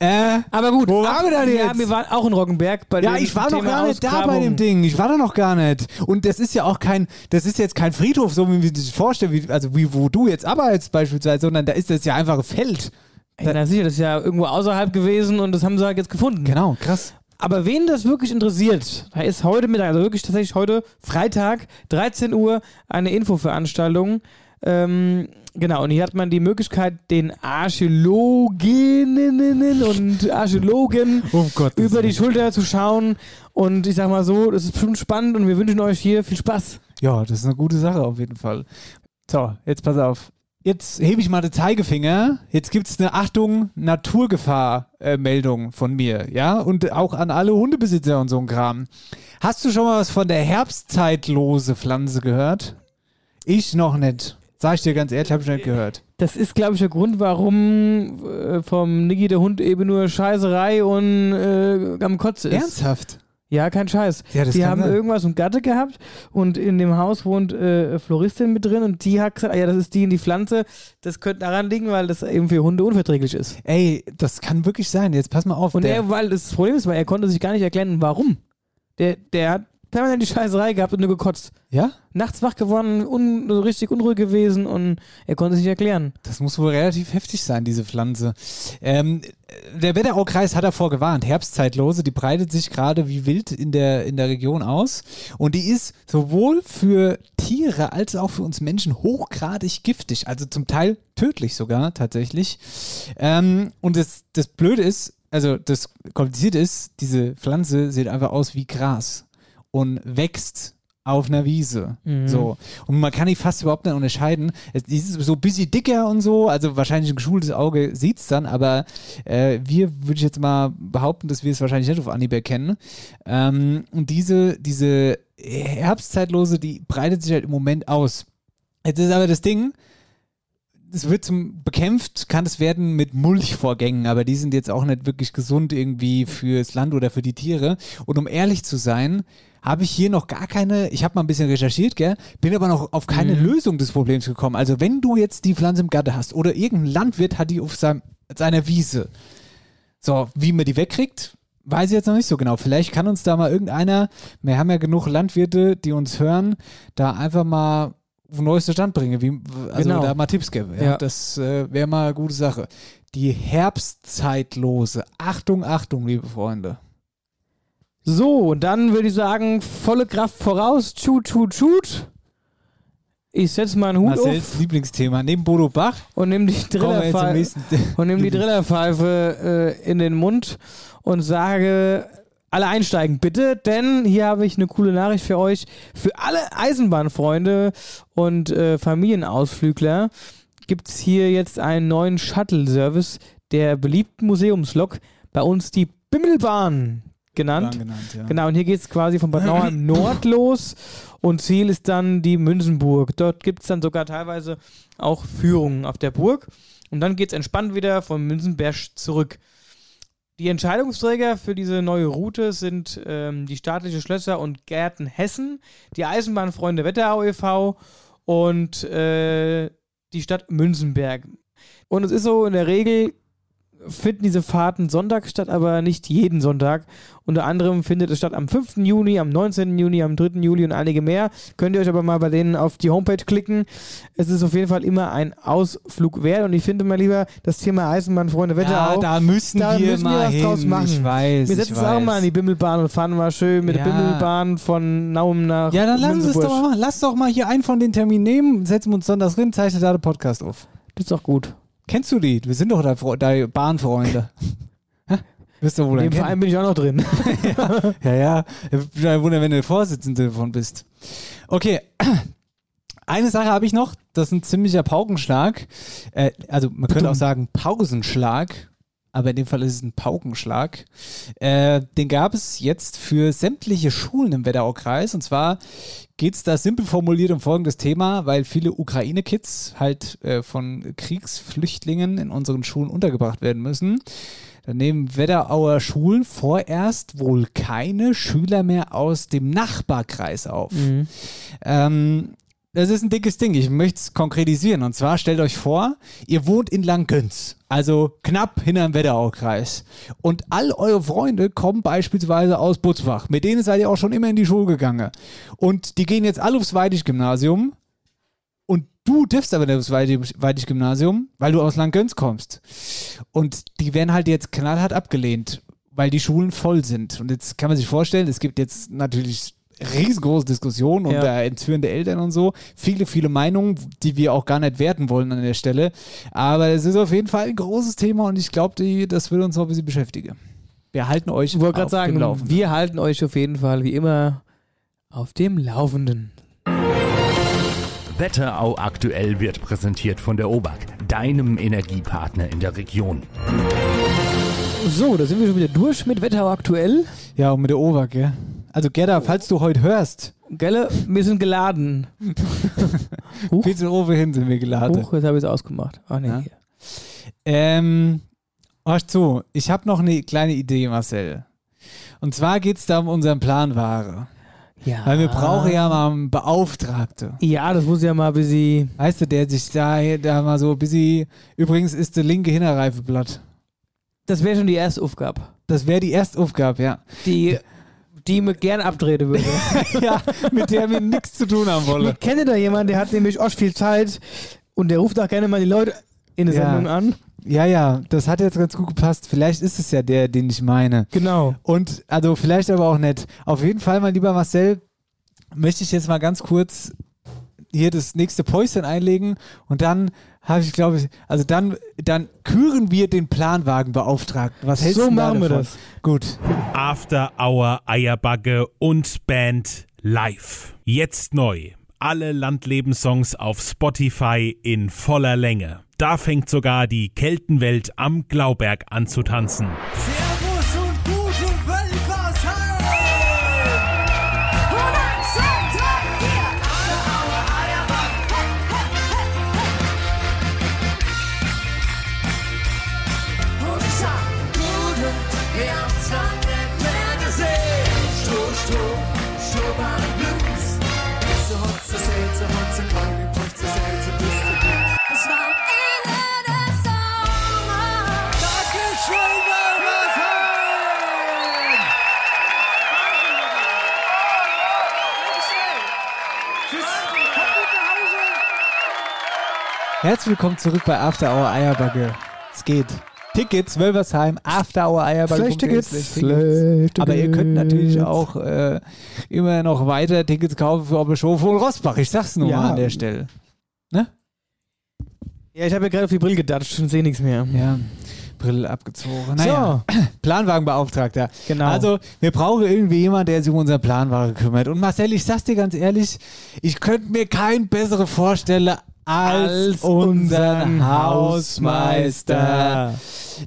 Äh, Aber gut, Wo waren wir denn Ja, jetzt? wir waren auch in Roggenberg bei ja, dem ich war Thema noch gar nicht da bei Ausgrabung. dem Ding. Ich war da noch gar nicht. Und das ist ja auch kein, das ist jetzt kein Friedhof, so wie wir sich vorstellen, wie, also wie wo du jetzt arbeitest beispielsweise, sondern da ist das ja einfach ein Feld. Ey, na sicher, das ist ja irgendwo außerhalb gewesen und das haben sie halt jetzt gefunden. Genau, krass. Aber wen das wirklich interessiert, da ist heute Mittag, also wirklich tatsächlich heute Freitag, 13 Uhr, eine Infoveranstaltung. Ähm, genau, und hier hat man die Möglichkeit, den Archäologinnen und (laughs) Archäologen über die Schulter zu schauen. Und ich sag mal so, das ist bestimmt spannend und wir wünschen euch hier viel Spaß. Ja, das ist eine gute Sache auf jeden Fall. So, jetzt pass auf. Jetzt hebe ich mal den Zeigefinger. Jetzt gibt es eine Achtung, Naturgefahr-Meldung von mir, ja? Und auch an alle Hundebesitzer und so ein Kram. Hast du schon mal was von der herbstzeitlose Pflanze gehört? Ich noch nicht. Sag ich dir ganz ehrlich, habe ich Äh, nicht gehört. Das ist, glaube ich, der Grund, warum äh, vom Niggi der Hund eben nur Scheißerei und äh, am Kotze ist. Ernsthaft? Ja, kein Scheiß. Ja, das die kann haben sein. irgendwas im Gatte gehabt und in dem Haus wohnt äh, Floristin mit drin und die hat gesagt, ah, ja, das ist die in die Pflanze. Das könnte daran liegen, weil das eben für Hunde unverträglich ist. Ey, das kann wirklich sein. Jetzt pass mal auf. Und der- er, weil das Problem ist, weil er konnte sich gar nicht erklären, warum. Der, der hat permanent die Scheißerei gehabt und nur gekotzt. Ja? Nachts wach geworden, un, richtig unruhig gewesen und er konnte sich nicht erklären. Das muss wohl relativ heftig sein, diese Pflanze. Ähm, der Wetteraukreis hat davor gewarnt. Herbstzeitlose, die breitet sich gerade wie wild in der, in der Region aus. Und die ist sowohl für Tiere als auch für uns Menschen hochgradig giftig. Also zum Teil tödlich sogar, tatsächlich. Ähm, und das, das Blöde ist, also das Komplizierte ist, diese Pflanze sieht einfach aus wie Gras und wächst auf einer Wiese. Mhm. So. Und man kann die fast überhaupt nicht unterscheiden. Es die ist so ein bisschen dicker und so, also wahrscheinlich ein geschultes Auge sieht es dann, aber äh, wir würde ich jetzt mal behaupten, dass wir es wahrscheinlich nicht auf Anhieb erkennen. Ähm, und diese, diese äh, Herbstzeitlose, die breitet sich halt im Moment aus. Jetzt ist aber das Ding, es wird zum bekämpft, kann es werden mit Mulchvorgängen, aber die sind jetzt auch nicht wirklich gesund irgendwie fürs Land oder für die Tiere. Und um ehrlich zu sein, habe ich hier noch gar keine, ich habe mal ein bisschen recherchiert, gell, bin aber noch auf keine Lösung des Problems gekommen. Also wenn du jetzt die Pflanze im Gatte hast oder irgendein Landwirt hat die auf seinem, seiner Wiese, so, wie man die wegkriegt, weiß ich jetzt noch nicht so genau. Vielleicht kann uns da mal irgendeiner, wir haben ja genug Landwirte, die uns hören, da einfach mal auf den neuesten Stand bringen, wie, also Genau. da mal Tipps geben. Ja. Ja. Das äh, wäre mal eine gute Sache. Die Herbstzeitlose. Achtung, Achtung, liebe Freunde. So, und dann würde ich sagen, volle Kraft voraus, tschut, tschut, tschut. Ich setze meinen Hut Marcells auf Lieblingsthema. Neben Bodo Bach. und nehme die Kommen wir jetzt zum (laughs) Drillerpfeife nächsten. und nehme die Drillerpfeife äh, in den Mund und sage alle einsteigen, bitte, denn hier habe ich eine coole Nachricht für euch. Für alle Eisenbahnfreunde und äh, Familienausflügler gibt es hier jetzt einen neuen Shuttle-Service der beliebten Museumslok, bei uns die Bimmelbahn genannt. genannt, ja. Genau, und hier geht es quasi von Bad Nauheim Nord los und Ziel ist dann die Münzenburg. Dort gibt es dann sogar teilweise auch Führungen auf der Burg und dann geht es entspannt wieder von Münzenberg zurück. Die Entscheidungsträger für diese neue Route sind ähm, die staatliche Schlösser und Gärten Hessen, die Eisenbahnfreunde Wetterau e.V. E und äh, die Stadt Münzenberg. Und es ist so, in der Regel finden diese Fahrten Sonntag statt, aber nicht jeden Sonntag. Unter anderem findet es statt am 5. Juni, am 19. Juni, am 3. Juli und einige mehr. Könnt ihr euch aber mal bei denen auf die Homepage klicken. Es ist auf jeden Fall immer ein Ausflug wert und ich finde mal lieber das Thema Eisenbahnfreunde Wetter E Ja, auch. da müssen da wir müssen wir mal was hin. draus machen. Ich weiß, wir ich setzen uns auch weiß. mal an die Bimmelbahn und fahren mal schön mit Ja. der Bimmelbahn von Naum nach Ja, dann lass uns das Münzenburg. doch mal machen. Lass doch mal hier einen von den Terminen nehmen, setzen wir uns sonntags hin, zeichnen da den Podcast auf. Das ist doch gut. Kennst du die? Wir sind doch da, Fre- da (laughs) Bahnfreunde. Hä? Wirst du wohl In dem erkennen. Verein bin ich auch noch (laughs) drin. Ja, ja. Ich wundere, wenn du der Vorsitzende davon bist. Okay. Eine Sache habe ich noch. Das ist ein ziemlicher Paukenschlag. Äh, also, man könnte auch sagen Pausenschlag. Aber in dem Fall ist es ein Paukenschlag. Äh, den gab es jetzt für sämtliche Schulen im Wetteraukreis. Und zwar geht es da simpel formuliert um folgendes Thema, weil viele Ukraine-Kids halt äh, von Kriegsflüchtlingen in unseren Schulen untergebracht werden müssen. Dann nehmen Wetterauer Schulen vorerst wohl keine Schüler mehr aus dem Nachbarkreis auf. Ähm, das ist ein dickes Ding. Ich möchte es konkretisieren. Und zwar stellt euch vor, ihr wohnt in Langgöns, also knapp hinterm Wetteraukreis. Und all eure Freunde kommen beispielsweise aus Butzbach. Mit denen seid ihr auch schon immer in die Schule gegangen. Und die gehen jetzt alle aufs Weidig-Gymnasium. Und du darfst aber nicht aufs Weidi- Weidig-Gymnasium, weil du aus Langgöns kommst. Und die werden halt jetzt knallhart abgelehnt, weil die Schulen voll sind. Und jetzt kann man sich vorstellen, es gibt jetzt natürlich riesengroße Diskussionen und Ja. da entführende Eltern und so. Viele, viele Meinungen, die wir auch gar nicht werten wollen an der Stelle. Aber es ist auf jeden Fall ein großes Thema und ich glaube, das wird uns noch ein bisschen beschäftigen. Wir halten euch Ich wollte auf gerade dem sagen, Laufenden. wir halten euch auf jeden Fall wie immer auf dem Laufenden. Wetterau aktuell wird präsentiert von der OBAK, deinem Energiepartner in der Region. So, da sind wir schon wieder durch mit Wetterau aktuell. Ja, und mit der OWAG, gell? Also Gerda, falls du heute hörst. Gelle, wir sind geladen. Viel zu Owe hin sind wir geladen. Huch, jetzt habe ich es ausgemacht. Ach nee. hier. Ähm, hör zu, ich habe noch eine kleine Idee, Marcel. Und zwar geht es da um unseren Planware. Ja. Weil wir brauchen ja mal einen Beauftragte. Ja, das muss ja mal busy. Weißt du, der sich da, da mal so busy. Übrigens ist der linke Hinterreifeblatt. Das wäre schon die erste Aufgabe, Das wäre die Erstaufgabe, (laughs) ja. die, die ich mir gerne abdrehen würde. ja, mit der wir nichts zu tun haben wollen. Ich kenne da jemanden, der hat nämlich auch viel Zeit und der ruft auch gerne mal die Leute in eine Ja. Sendung an. Ja, ja, das hat jetzt ganz gut gepasst. Vielleicht ist es ja der, den ich meine. Genau. Und also vielleicht aber auch nicht. Auf jeden Fall, mein lieber Marcel, möchte ich jetzt mal ganz kurz hier das nächste Päuschen einlegen und dann habe ich, glaube ich, also dann, dann küren wir den Planwagenbeauftragten. Was hältst So du denn da machen wir davon? das. Gut. After Hour Eierbagge und Band live. Jetzt neu. Alle Landlebenssongs auf Spotify in voller Länge. Da fängt sogar die Keltenwelt am Glauberg an zu tanzen. Servus und guten Wölfersheim! Es war Ende des Sommers. Dankeschön, Wölfersheim! Tschüss. Herzlich willkommen zurück bei After Hour Eierbagge. Es geht. Tickets, Wölversheim, After Hour Eierbagge. Slash Tickets. Slash Aber ihr könnt Tickets. natürlich auch äh, immer noch weiter Tickets kaufen für Oberschofe und Rosbach. Ich sag's nur Ja. mal an der Stelle. Ja, ich habe ja gerade auf die Brille gedatscht und sehe nichts mehr. Ja. April abgezogen. Naja. Planwagenbeauftragter. Genau. Also, wir brauchen irgendwie jemanden, der sich um unseren Planwagen kümmert. Und Marcel, ich sag's dir ganz ehrlich, ich könnte mir keinen besseren vorstellen als, Als unseren unseren Hausmeister.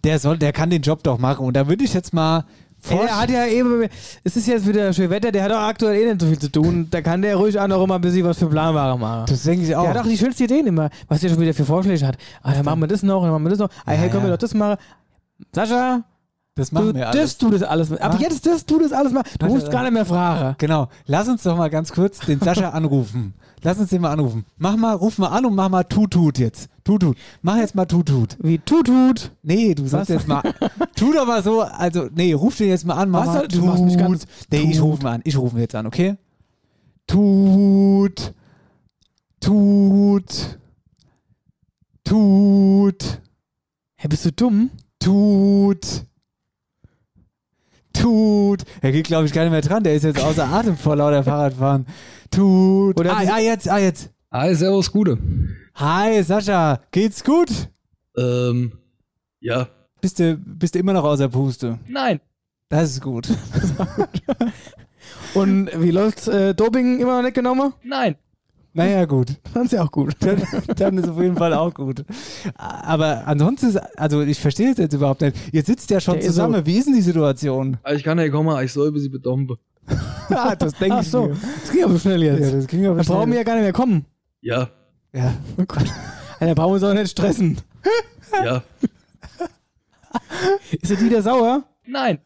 Der soll, der kann den Job doch machen. Und da würde ich jetzt mal Ey, Er hat ja eben, es ist jetzt wieder schön Wetter, der hat auch aktuell eh nicht so viel zu tun. Da kann der ruhig auch noch immer ein bisschen was für Planware machen. Das denke ich auch. Der hat auch die schönsten Ideen immer, was der schon wieder für Vorschläge hat. Ah, dann machen wir das noch, dann machen wir das noch. Ah, hey, können wir doch das machen. Sascha, Das machen du, wir Das alles. du das alles. Ab Ja. jetzt das du das alles machen. Du musst Sascha. gar nicht mehr fragen. Genau. Lass uns doch mal ganz kurz den Sascha anrufen. Lass uns den mal anrufen. Mach mal, ruf mal an und mach mal Tutut jetzt. Tutut. Mach jetzt mal Tutut. Wie Tutut? Nee, du sollst Was? jetzt mal. tu doch mal so. Also, nee, ruf den jetzt mal an. Mach Was mal soll- du machst mich ganz- Nee, ich Tut. rufe ihn an. Ich rufe ihn jetzt an, okay? Tut. Tut. Tut. Hä, bist du dumm? Tut. Tut. Er geht, glaube ich, gar nicht mehr dran. Der ist jetzt außer Atem vor lauter Fahrradfahren. Tut. Oder ah, diese- ah, jetzt, ah, jetzt. Hi, servus, Gude. Hi, Sascha. Geht's gut? Ähm, ja. Bist du, bist du immer noch außer Puste? Nein. Das ist gut. Und wie läuft's? Äh, Doping immer noch nicht genommen? Nein. (laughs) Naja, gut. Dann ist ja auch gut. Dann, dann ist auf jeden Fall auch gut. Aber ansonsten, ist, also ich verstehe es jetzt überhaupt nicht. Ihr sitzt ja schon Der ist zusammen. so- Wie ist denn die Situation? Also Ich kann nicht kommen, ich soll sie bedompen. (laughs) Ah, das denke Ach ich so, mir. das ging aber schnell jetzt. Ja, das ging aber Dann brauchen schnell. wir ja gar nicht mehr kommen. Ja, Ja. Oh Gott. Alter, brauchen wir uns auch nicht stressen. ja. (laughs) Ist der Dieter sauer? Nein.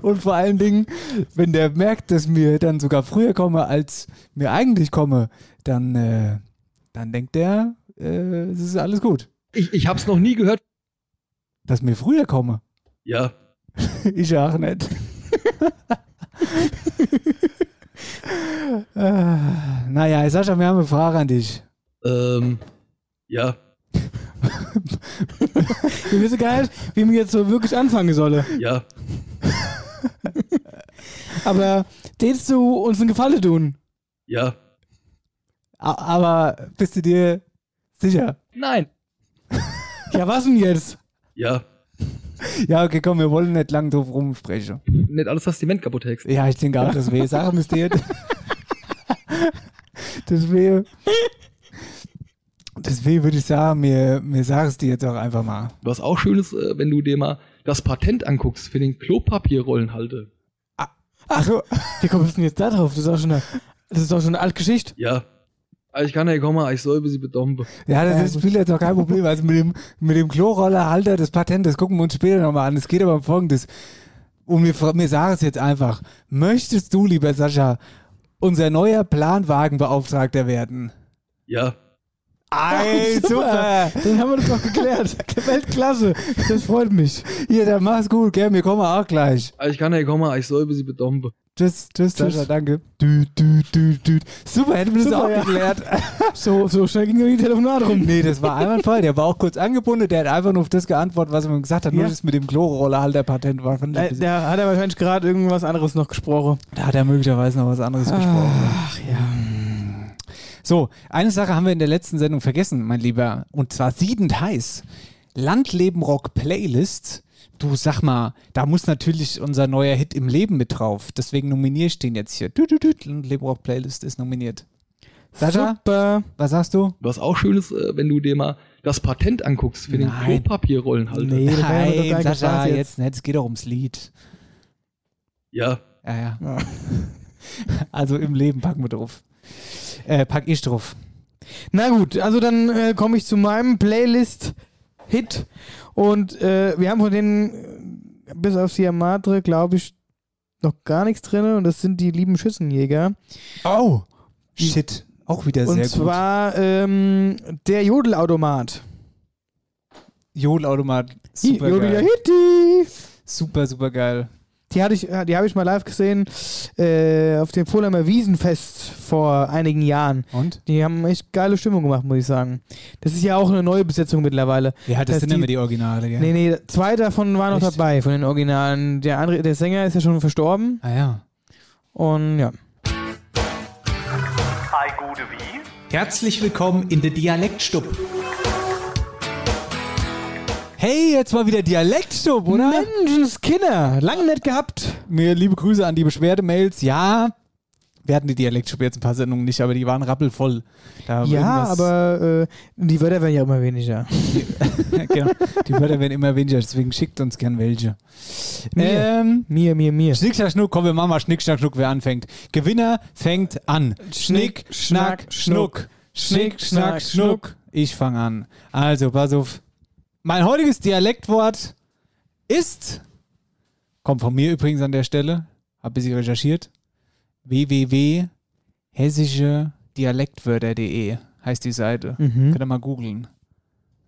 Und vor allen Dingen, wenn der merkt, dass mir dann sogar früher komme, als mir eigentlich komme, dann, äh, dann denkt der, äh, es ist alles gut. Ich, ich hab's noch nie gehört. Dass mir früher komme. Ja. (laughs) Ich auch nicht. (laughs) Ah, naja, Sascha, wir haben eine Frage an dich. Ähm, ja. Wir wissen gar nicht, wie man jetzt so wirklich anfangen solle. (laughs) Ja. Aber tätst du uns einen Gefallen tun? Ja. A- Aber bist du dir sicher? (laughs) Nein. Ja, was denn jetzt? Ja. Ja, okay, komm, wir wollen nicht lang drauf rumsprechen. Nicht alles, was die Ment kaputt hält. Ja, ich denke auch, das wäre Sache müsst ihr. Das wäre. Deswegen würde ich sagen, mir, mir sag es dir jetzt auch einfach mal. Was auch schön ist, äh, wenn du dir mal das Patent anguckst für den Klopapierrollenhalter. Achso, wie kommst du denn jetzt da drauf? Das ist auch schon eine, das ist auch schon eine alte Geschichte. Ja. Ich kann nicht kommen, ich soll sie bedompen. Ja, das ist, spielt jetzt auch kein Problem. Also mit dem, mit dem Klorollerhalter, das Patent, das gucken wir uns später nochmal an. Es geht aber um Folgendes. Und mir, fra- mir sag es jetzt einfach. Möchtest du, lieber Sascha, unser neuer Planwagenbeauftragter werden? Ja. (laughs) Ei, super. Dann haben wir das doch geklärt. Weltklasse. Das freut mich. Hier, dann mach's gut, gell? Wir kommen auch gleich. Ich kann nicht kommen, ich soll sie bedompen. Tschüss, tschüss, Tschüss. Sascha, danke. Dü, dü, dü, dü. Super, hätten wir das Super, auch ja. geklärt. So, so schnell ging ja die Telefonate rum. Nee, das war einwandfrei. Der war auch kurz angebunden. Der hat einfach nur auf das geantwortet, was er mir gesagt hat. Nur Ja. das mit dem Klorollerhalter Patent war. Fand ich ein Da, bisschen- da hat er wahrscheinlich gerade irgendwas anderes noch gesprochen. Da hat er möglicherweise noch was anderes besprochen. Ach ja. So, eine Sache haben wir in der letzten Sendung vergessen, mein Lieber. Und zwar siedend heiß. Landleben Rock Playlist. Du sag mal, da muss natürlich unser neuer Hit im Leben mit drauf. Deswegen nominiere ich den jetzt hier. Düt, düt, düt. Landleben Rock Playlist ist nominiert. Sascha, Super. was sagst du? Was auch schön ist, äh, wenn du dir mal das Patent anguckst für Nein. den Klopapierrollenhalter. Nee, da kann ich mir doch Nein, gar nicht Sascha, Spaß jetzt. jetzt. nicht. Es geht doch ums Lied. Ja. Ja, ja. (laughs) Also im Leben packen wir drauf. Äh, pack ich drauf. Na gut, also dann äh, komme ich zu meinem Playlist-Hit. Und äh, wir haben von denen, äh, bis auf Siamatre, glaube ich, noch gar nichts drin. Und das sind die lieben Schützenjäger. Oh, shit. Auch wieder Und sehr gut. zwar ähm, der Jodelautomat. Jodelautomat. Hi, Super Jodeler geil. Hitti. Super, super geil. Die hatte ich, äh, die habe ich mal live gesehen äh, auf dem Polheimer Wiesenfest vor einigen Jahren. Und? Die haben echt geile Stimmung gemacht, muss ich sagen. Das ist ja auch eine neue Besetzung mittlerweile. Ja, das Dass sind immer die Originale, gell? Nee, nee, zwei davon waren noch Echt? dabei von den Originalen. Der andere, der Sänger ist ja schon verstorben Ah ja. und ja. Hi, Gude, wie? Herzlich willkommen in der Dialektstub. Hey, jetzt mal wieder Dialektstub, oder? Menschenskinder, lang nicht gehabt. Mir liebe Grüße an die Beschwerdemails. Ja, wir hatten die Dialektstub jetzt ein paar Sendungen nicht, aber die waren rappelvoll. Da Ja, irgendwas- aber äh, die Wörter werden ja immer weniger. (laughs) genau. Die Wörter werden immer weniger, deswegen schickt uns gern welche. Ähm, Mir. mir, mir, mir. Schnick, schnack, schnuck. Komm, wir machen mal Schnick, schnack, schnuck, wer anfängt. Gewinner fängt an. Schnick, schnack, schnuck. Schnick, schnack, schnuck. Ich fange an. Also, pass auf. Mein heutiges Dialektwort ist, kommt von mir übrigens an der Stelle, hab ein bisschen recherchiert, www.hessische-dialektwörter.de heißt die Seite. Mhm. Könnt ihr mal googeln.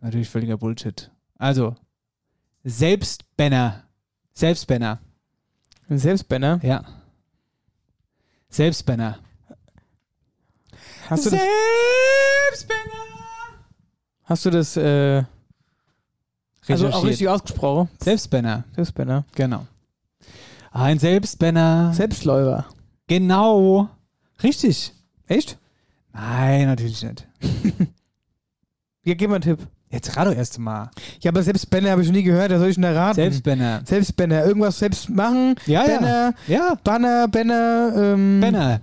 Natürlich völliger Bullshit. Also, Selbstbanner. Selbstbanner. Selbstbanner? Ja. Selbstbanner. Hast du das, hast du das äh, also auch Recherchiert. richtig ausgesprochen? Selbstbanner. Selbstbanner. Genau. Ein Selbstbanner. Selbstläufer. Genau. Richtig. Echt? Nein, natürlich nicht. Ja, gib mal einen Tipp. Jetzt rat doch erst mal. Ja, aber selbst Banner habe ich schon nie gehört, da soll ich denn da raten? Selbstbanner. Selbst Banner, irgendwas selbst machen. Ja, ja. Banner, ja. Banner, Banner, ähm. Banner.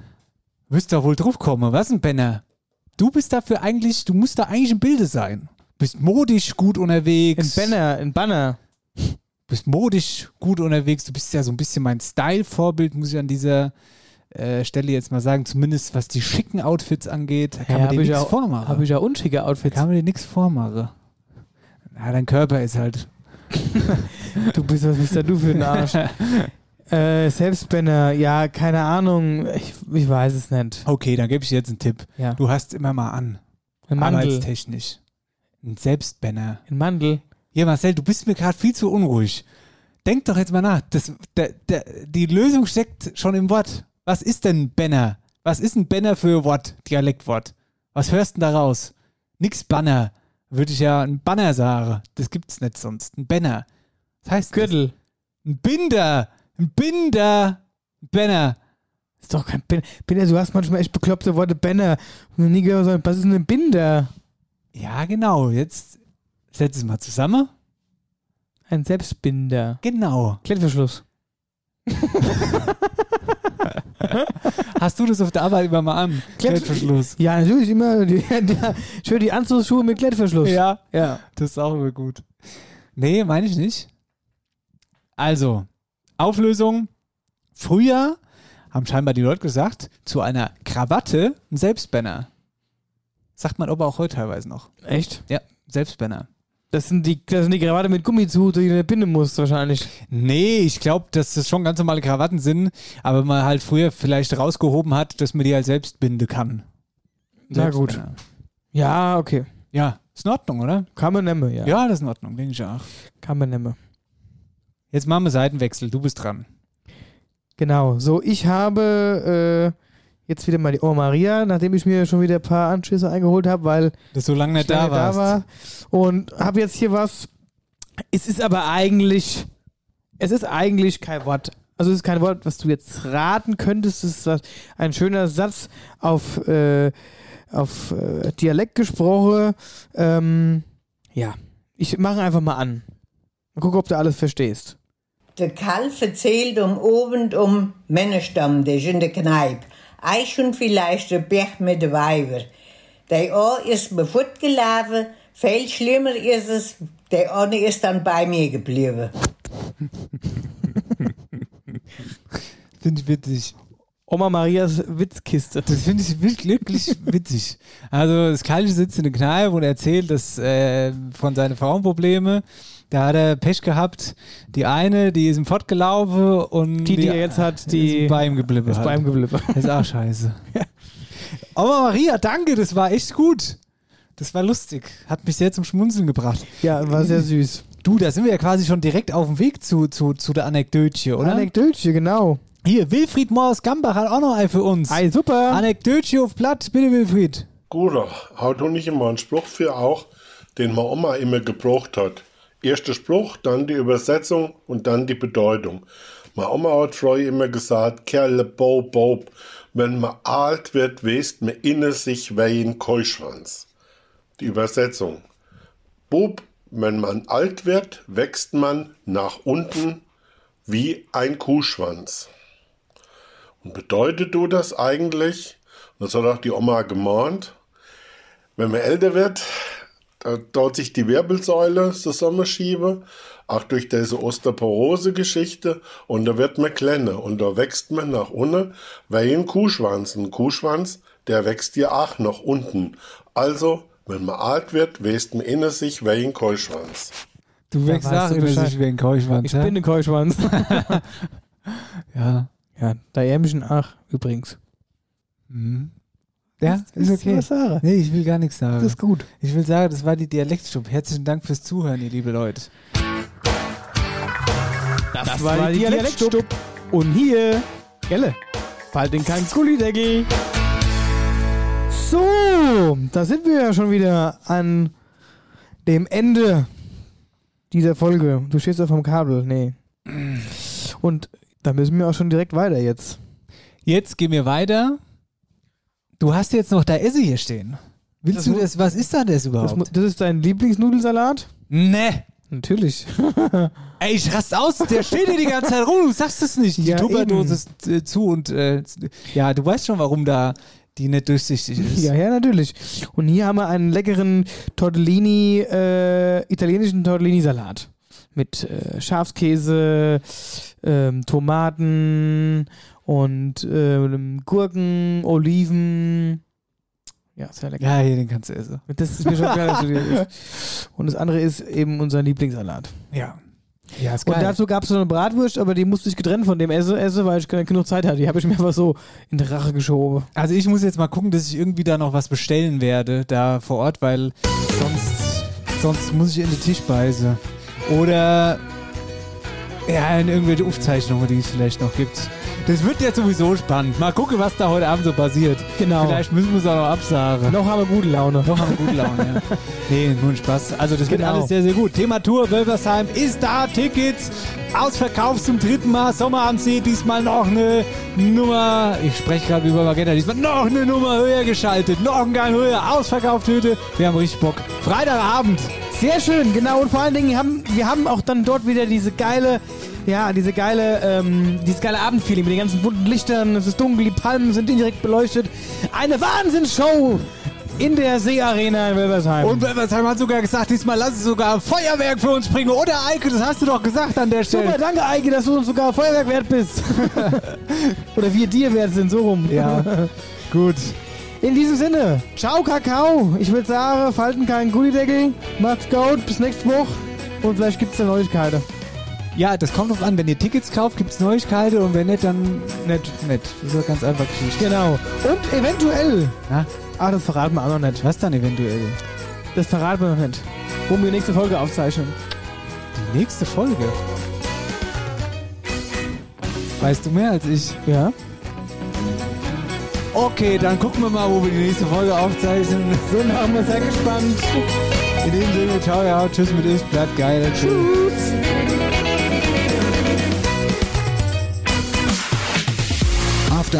Wirst doch wohl drauf kommen. Was ein Banner? Du bist dafür eigentlich, du musst da eigentlich im Bilde sein. Bist modisch gut unterwegs. Ein Banner, ein Banner. Bist modisch gut unterwegs. Du bist ja so ein bisschen mein Style-Vorbild, muss ich an dieser äh, Stelle jetzt mal sagen. Zumindest was die schicken Outfits angeht. Da kann Ja, man dir hab ich nichts auch- vormachen. Ah. hab ich ja unschicke Outfits. Kann man dir nichts vormachen. Na, dein Körper ist halt. Du bist, was bist da du für ein Arsch? (laughs) äh, Selbstbanner, ja, keine Ahnung. Ich, ich weiß es nicht. (laughs) Okay, dann gebe ich dir jetzt einen Tipp. Ja. Du hast immer mal an. Ein Mandel. Arbeitstechnisch. Ein Selbstbanner. Ein Mandel. Hier, Marcel, du bist mir gerade viel zu unruhig. Denk doch jetzt mal nach. Das, der, der, die Lösung steckt schon im Wort. Was ist denn ein Banner? Was ist ein Banner für Wort, Dialektwort? Was hörst du denn da raus? Nix Banner. Würde ich ja ein Banner sagen. Das gibt's nicht sonst. Ein Banner. Das heißt. Gürtel. Ein Binder. Ein Binder. Ein Banner. Ist doch kein Banner. Banner, du hast manchmal echt bekloppte Worte Banner. Und noch nie gehört, sondern was ist denn ein Binder? Ja, genau. Jetzt setz es mal zusammen. Ein Selbstbinder. Genau. Klettverschluss. Hast du das auf der Arbeit immer mal an? Klettverschluss. Ja, natürlich immer. Die, (laughs) die, schön die Anzugsschuhe mit Klettverschluss. Ja. Ja. Das ist auch immer gut. Nee, meine ich nicht. Also, Auflösung. Früher haben scheinbar die Leute gesagt, zu einer Krawatte ein Selbstbanner. Sagt man aber auch heute teilweise noch. Echt? Ja, Selbstbanner. Das sind die, das sind die Krawatte mit Gummizut, die du nicht binden musst wahrscheinlich. Nee, ich glaube, dass das schon ganz normale Krawatten sind, aber man halt früher vielleicht rausgehoben hat, dass man die halt selbst binden kann. Na gut. Selbstbanner. Ja, okay. Ja, ist in Ordnung, oder? Kann man nehmen, ja. Ja, das ist in Ordnung, denke ich auch. Kann man nehmen. Jetzt machen wir Seitenwechsel, du bist dran. Genau. So, ich habe äh, jetzt wieder mal die Oma Maria, nachdem ich mir schon wieder ein paar Anschlüsse eingeholt habe, weil Dass du lange ich nicht da lange warst. war. Und habe jetzt hier was. Es ist aber eigentlich, es ist eigentlich kein Wort. Also es ist kein Wort, was du jetzt raten könntest. Es ist was- ein schöner Satz auf, äh, auf äh, Dialekt gesprochen. Ähm, ja, ich mache einfach mal an. Mal gucken, ob du alles verstehst. Der Karl erzählt um Abend um Männerstamm, der ist in der Kneipe. Eich und vielleicht der Berg mit den Weiber. Der eine ist mir fortgelaufen, viel schlimmer ist es, der eine ist dann bei mir geblieben. Finde ich witzig. Oma Marias Witzkiste. Das finde ich wirklich, wirklich witzig. Also das Kalche sitzt in der Kneipe und erzählt dass, äh, von seinen Frauenprobleme. Da hat er Pech gehabt. Die eine, die ist ihm fortgelaufen und Die, die er jetzt hat, die- ist bei ihm geblieben. ist bei ihm geblieben. (laughs) Ist (laughs) auch scheiße. Aber Maria, danke, das war echt gut. Das war lustig. Hat mich sehr zum Schmunzeln gebracht. Ja, war sehr süß. Du, da sind wir ja quasi schon direkt auf dem Weg zu, zu, zu der Anekdötche, oder? Anekdötchen, genau. Hier, Wilfried Morris Gambach hat auch noch ein für uns. Ei, super. Anekdötchen auf Blatt, bitte, Wilfried. Guter, haut doch nicht immer einen Spruch für auch, den meine Oma immer gebraucht hat. Erster Spruch, dann die Übersetzung und dann die Bedeutung. Meine Oma hat früher immer gesagt, Kerle, Bob, Bob, wenn man alt wird, weißt man inne sich wie ein Keuschwanz. Die Übersetzung. Bub, Wenn man alt wird, wächst man nach unten wie ein Kuhschwanz. Und bedeutet du das eigentlich? Und das hat auch die Oma gemahnt. Wenn man älter wird, da dort sich die Wirbelsäule zusammenschiebe, auch durch diese Osteoporose-Geschichte, und da wird man kleiner und da wächst man nach unten, weil ein Kuhschwanz, ein Kuhschwanz, der wächst ja auch nach unten. Also, wenn man alt wird, wächst man inne sich wie ein Keuschwanz. Du Da wächst weißt auch du immer Bescheid. sich wie ein Keuschwanz. Ich ja? bin ein Keuschwanz. Ja. Ja, da Ärmchen Ach übrigens. Mhm. Ja, Willst- ist willst du okay. was sagen? Nee, ich will gar nichts sagen. Das ist gut. Ich will sagen, das war die Dialektstub. Herzlichen Dank fürs Zuhören, ihr liebe Leute. Das, war, die Dialektstub. Und hier, Gelle, bald in kein Gullideckel. So, da sind wir ja schon wieder an dem Ende dieser Folge. Du stehst auf dem Kabel, nee. Und da müssen wir auch schon direkt weiter jetzt. Jetzt gehen wir weiter. Du hast jetzt noch da Esse hier stehen. Willst Das du mu- das? Was ist da das Das, mu- überhaupt? das ist dein Lieblingsnudelsalat? Ne. Natürlich. Ey, ich raste aus. Der steht hier die ganze Zeit rum. Du sagst es nicht. Die Ja, Tupperdose ist äh, zu und äh, z- ja, du weißt schon, warum da die nicht durchsichtig ist. Ja, ja, natürlich. Und hier haben wir einen leckeren Tortellini, äh, italienischen Tortellini-Salat. Mit äh, Schafskäse, ähm, Tomaten und ähm, Gurken, Oliven. Ja, sehr lecker. Ja, hier, den kannst du essen. Das ist mir schon klar, dass (laughs) du dir Und das andere ist eben unser Lieblingssalat. Ja. Ja, ist Und geil. dazu gab es so eine Bratwurst, aber die musste ich getrennt von dem Esse, esse weil ich keine- genug Zeit hatte. Die habe ich mir einfach so in die Rache geschoben. Also ich muss jetzt mal gucken, dass ich irgendwie da noch was bestellen werde, da vor Ort, weil sonst, sonst muss ich in den Tisch beißen. Oder ja, in irgendwelche Aufzeichnungen, die es vielleicht noch gibt. Das wird ja sowieso spannend. Mal gucken, was da heute Abend so passiert. Genau. Vielleicht müssen wir es auch noch absagen. Noch haben wir gute Laune. Noch haben wir gute Laune, ja. (laughs) Nee, nun Spaß. Also das wird Genau. alles sehr, sehr gut. Thema Tour Wölversheim ist da. Tickets ausverkauft zum dritten Mal. Sommer am See. Diesmal noch eine Nummer. Ich spreche gerade über Magenta. Diesmal noch eine Nummer höher geschaltet. Noch ein Gang höher. Ausverkauft Hüte. Wir haben richtig Bock. Freitagabend. Sehr schön, genau. Und vor allen Dingen haben wir haben auch dann dort wieder diese geile, ja, diese geile, ähm, dieses geile Abendfeeling mit den ganzen bunten Lichtern. Es ist dunkel, die Palmen sind indirekt beleuchtet. Eine Wahnsinnsshow in der Seearena in Wilversheim. Und Wölversheim hat sogar gesagt, diesmal lass es sogar Feuerwerk für uns bringen. Oder Eike, das hast du doch gesagt an der Stelle. super, danke Eike, dass du uns sogar Feuerwerk wert (laughs) bist. Oder wir dir wert sind, so rum. (laughs) Ja. Gut. In diesem Sinne, ciao Kakao. Ich würde sagen, falten keinen Gullideckel. Macht's gut, bis nächste Woche. Und vielleicht gibt's da Neuigkeiten. Ja, das kommt drauf an. Wenn ihr Tickets kauft, gibt es Neuigkeiten und wenn nicht, dann nett. Nett. Das ist eine ganz einfach Geschichte. Genau. Und eventuell. Na? Ah, das verraten wir auch noch nicht. Was dann eventuell? Das verraten wir noch nicht. Wo wir nächste Folge aufzeichnen. Die nächste Folge. Weißt du mehr als ich? Ja. Okay, dann gucken wir mal, wo wir die nächste Folge aufzeichnen. (laughs) So machen wir sehr gespannt. In dem Sinne, ciao, ja, tschüss mit ich, bleibt geil. Tschüss. After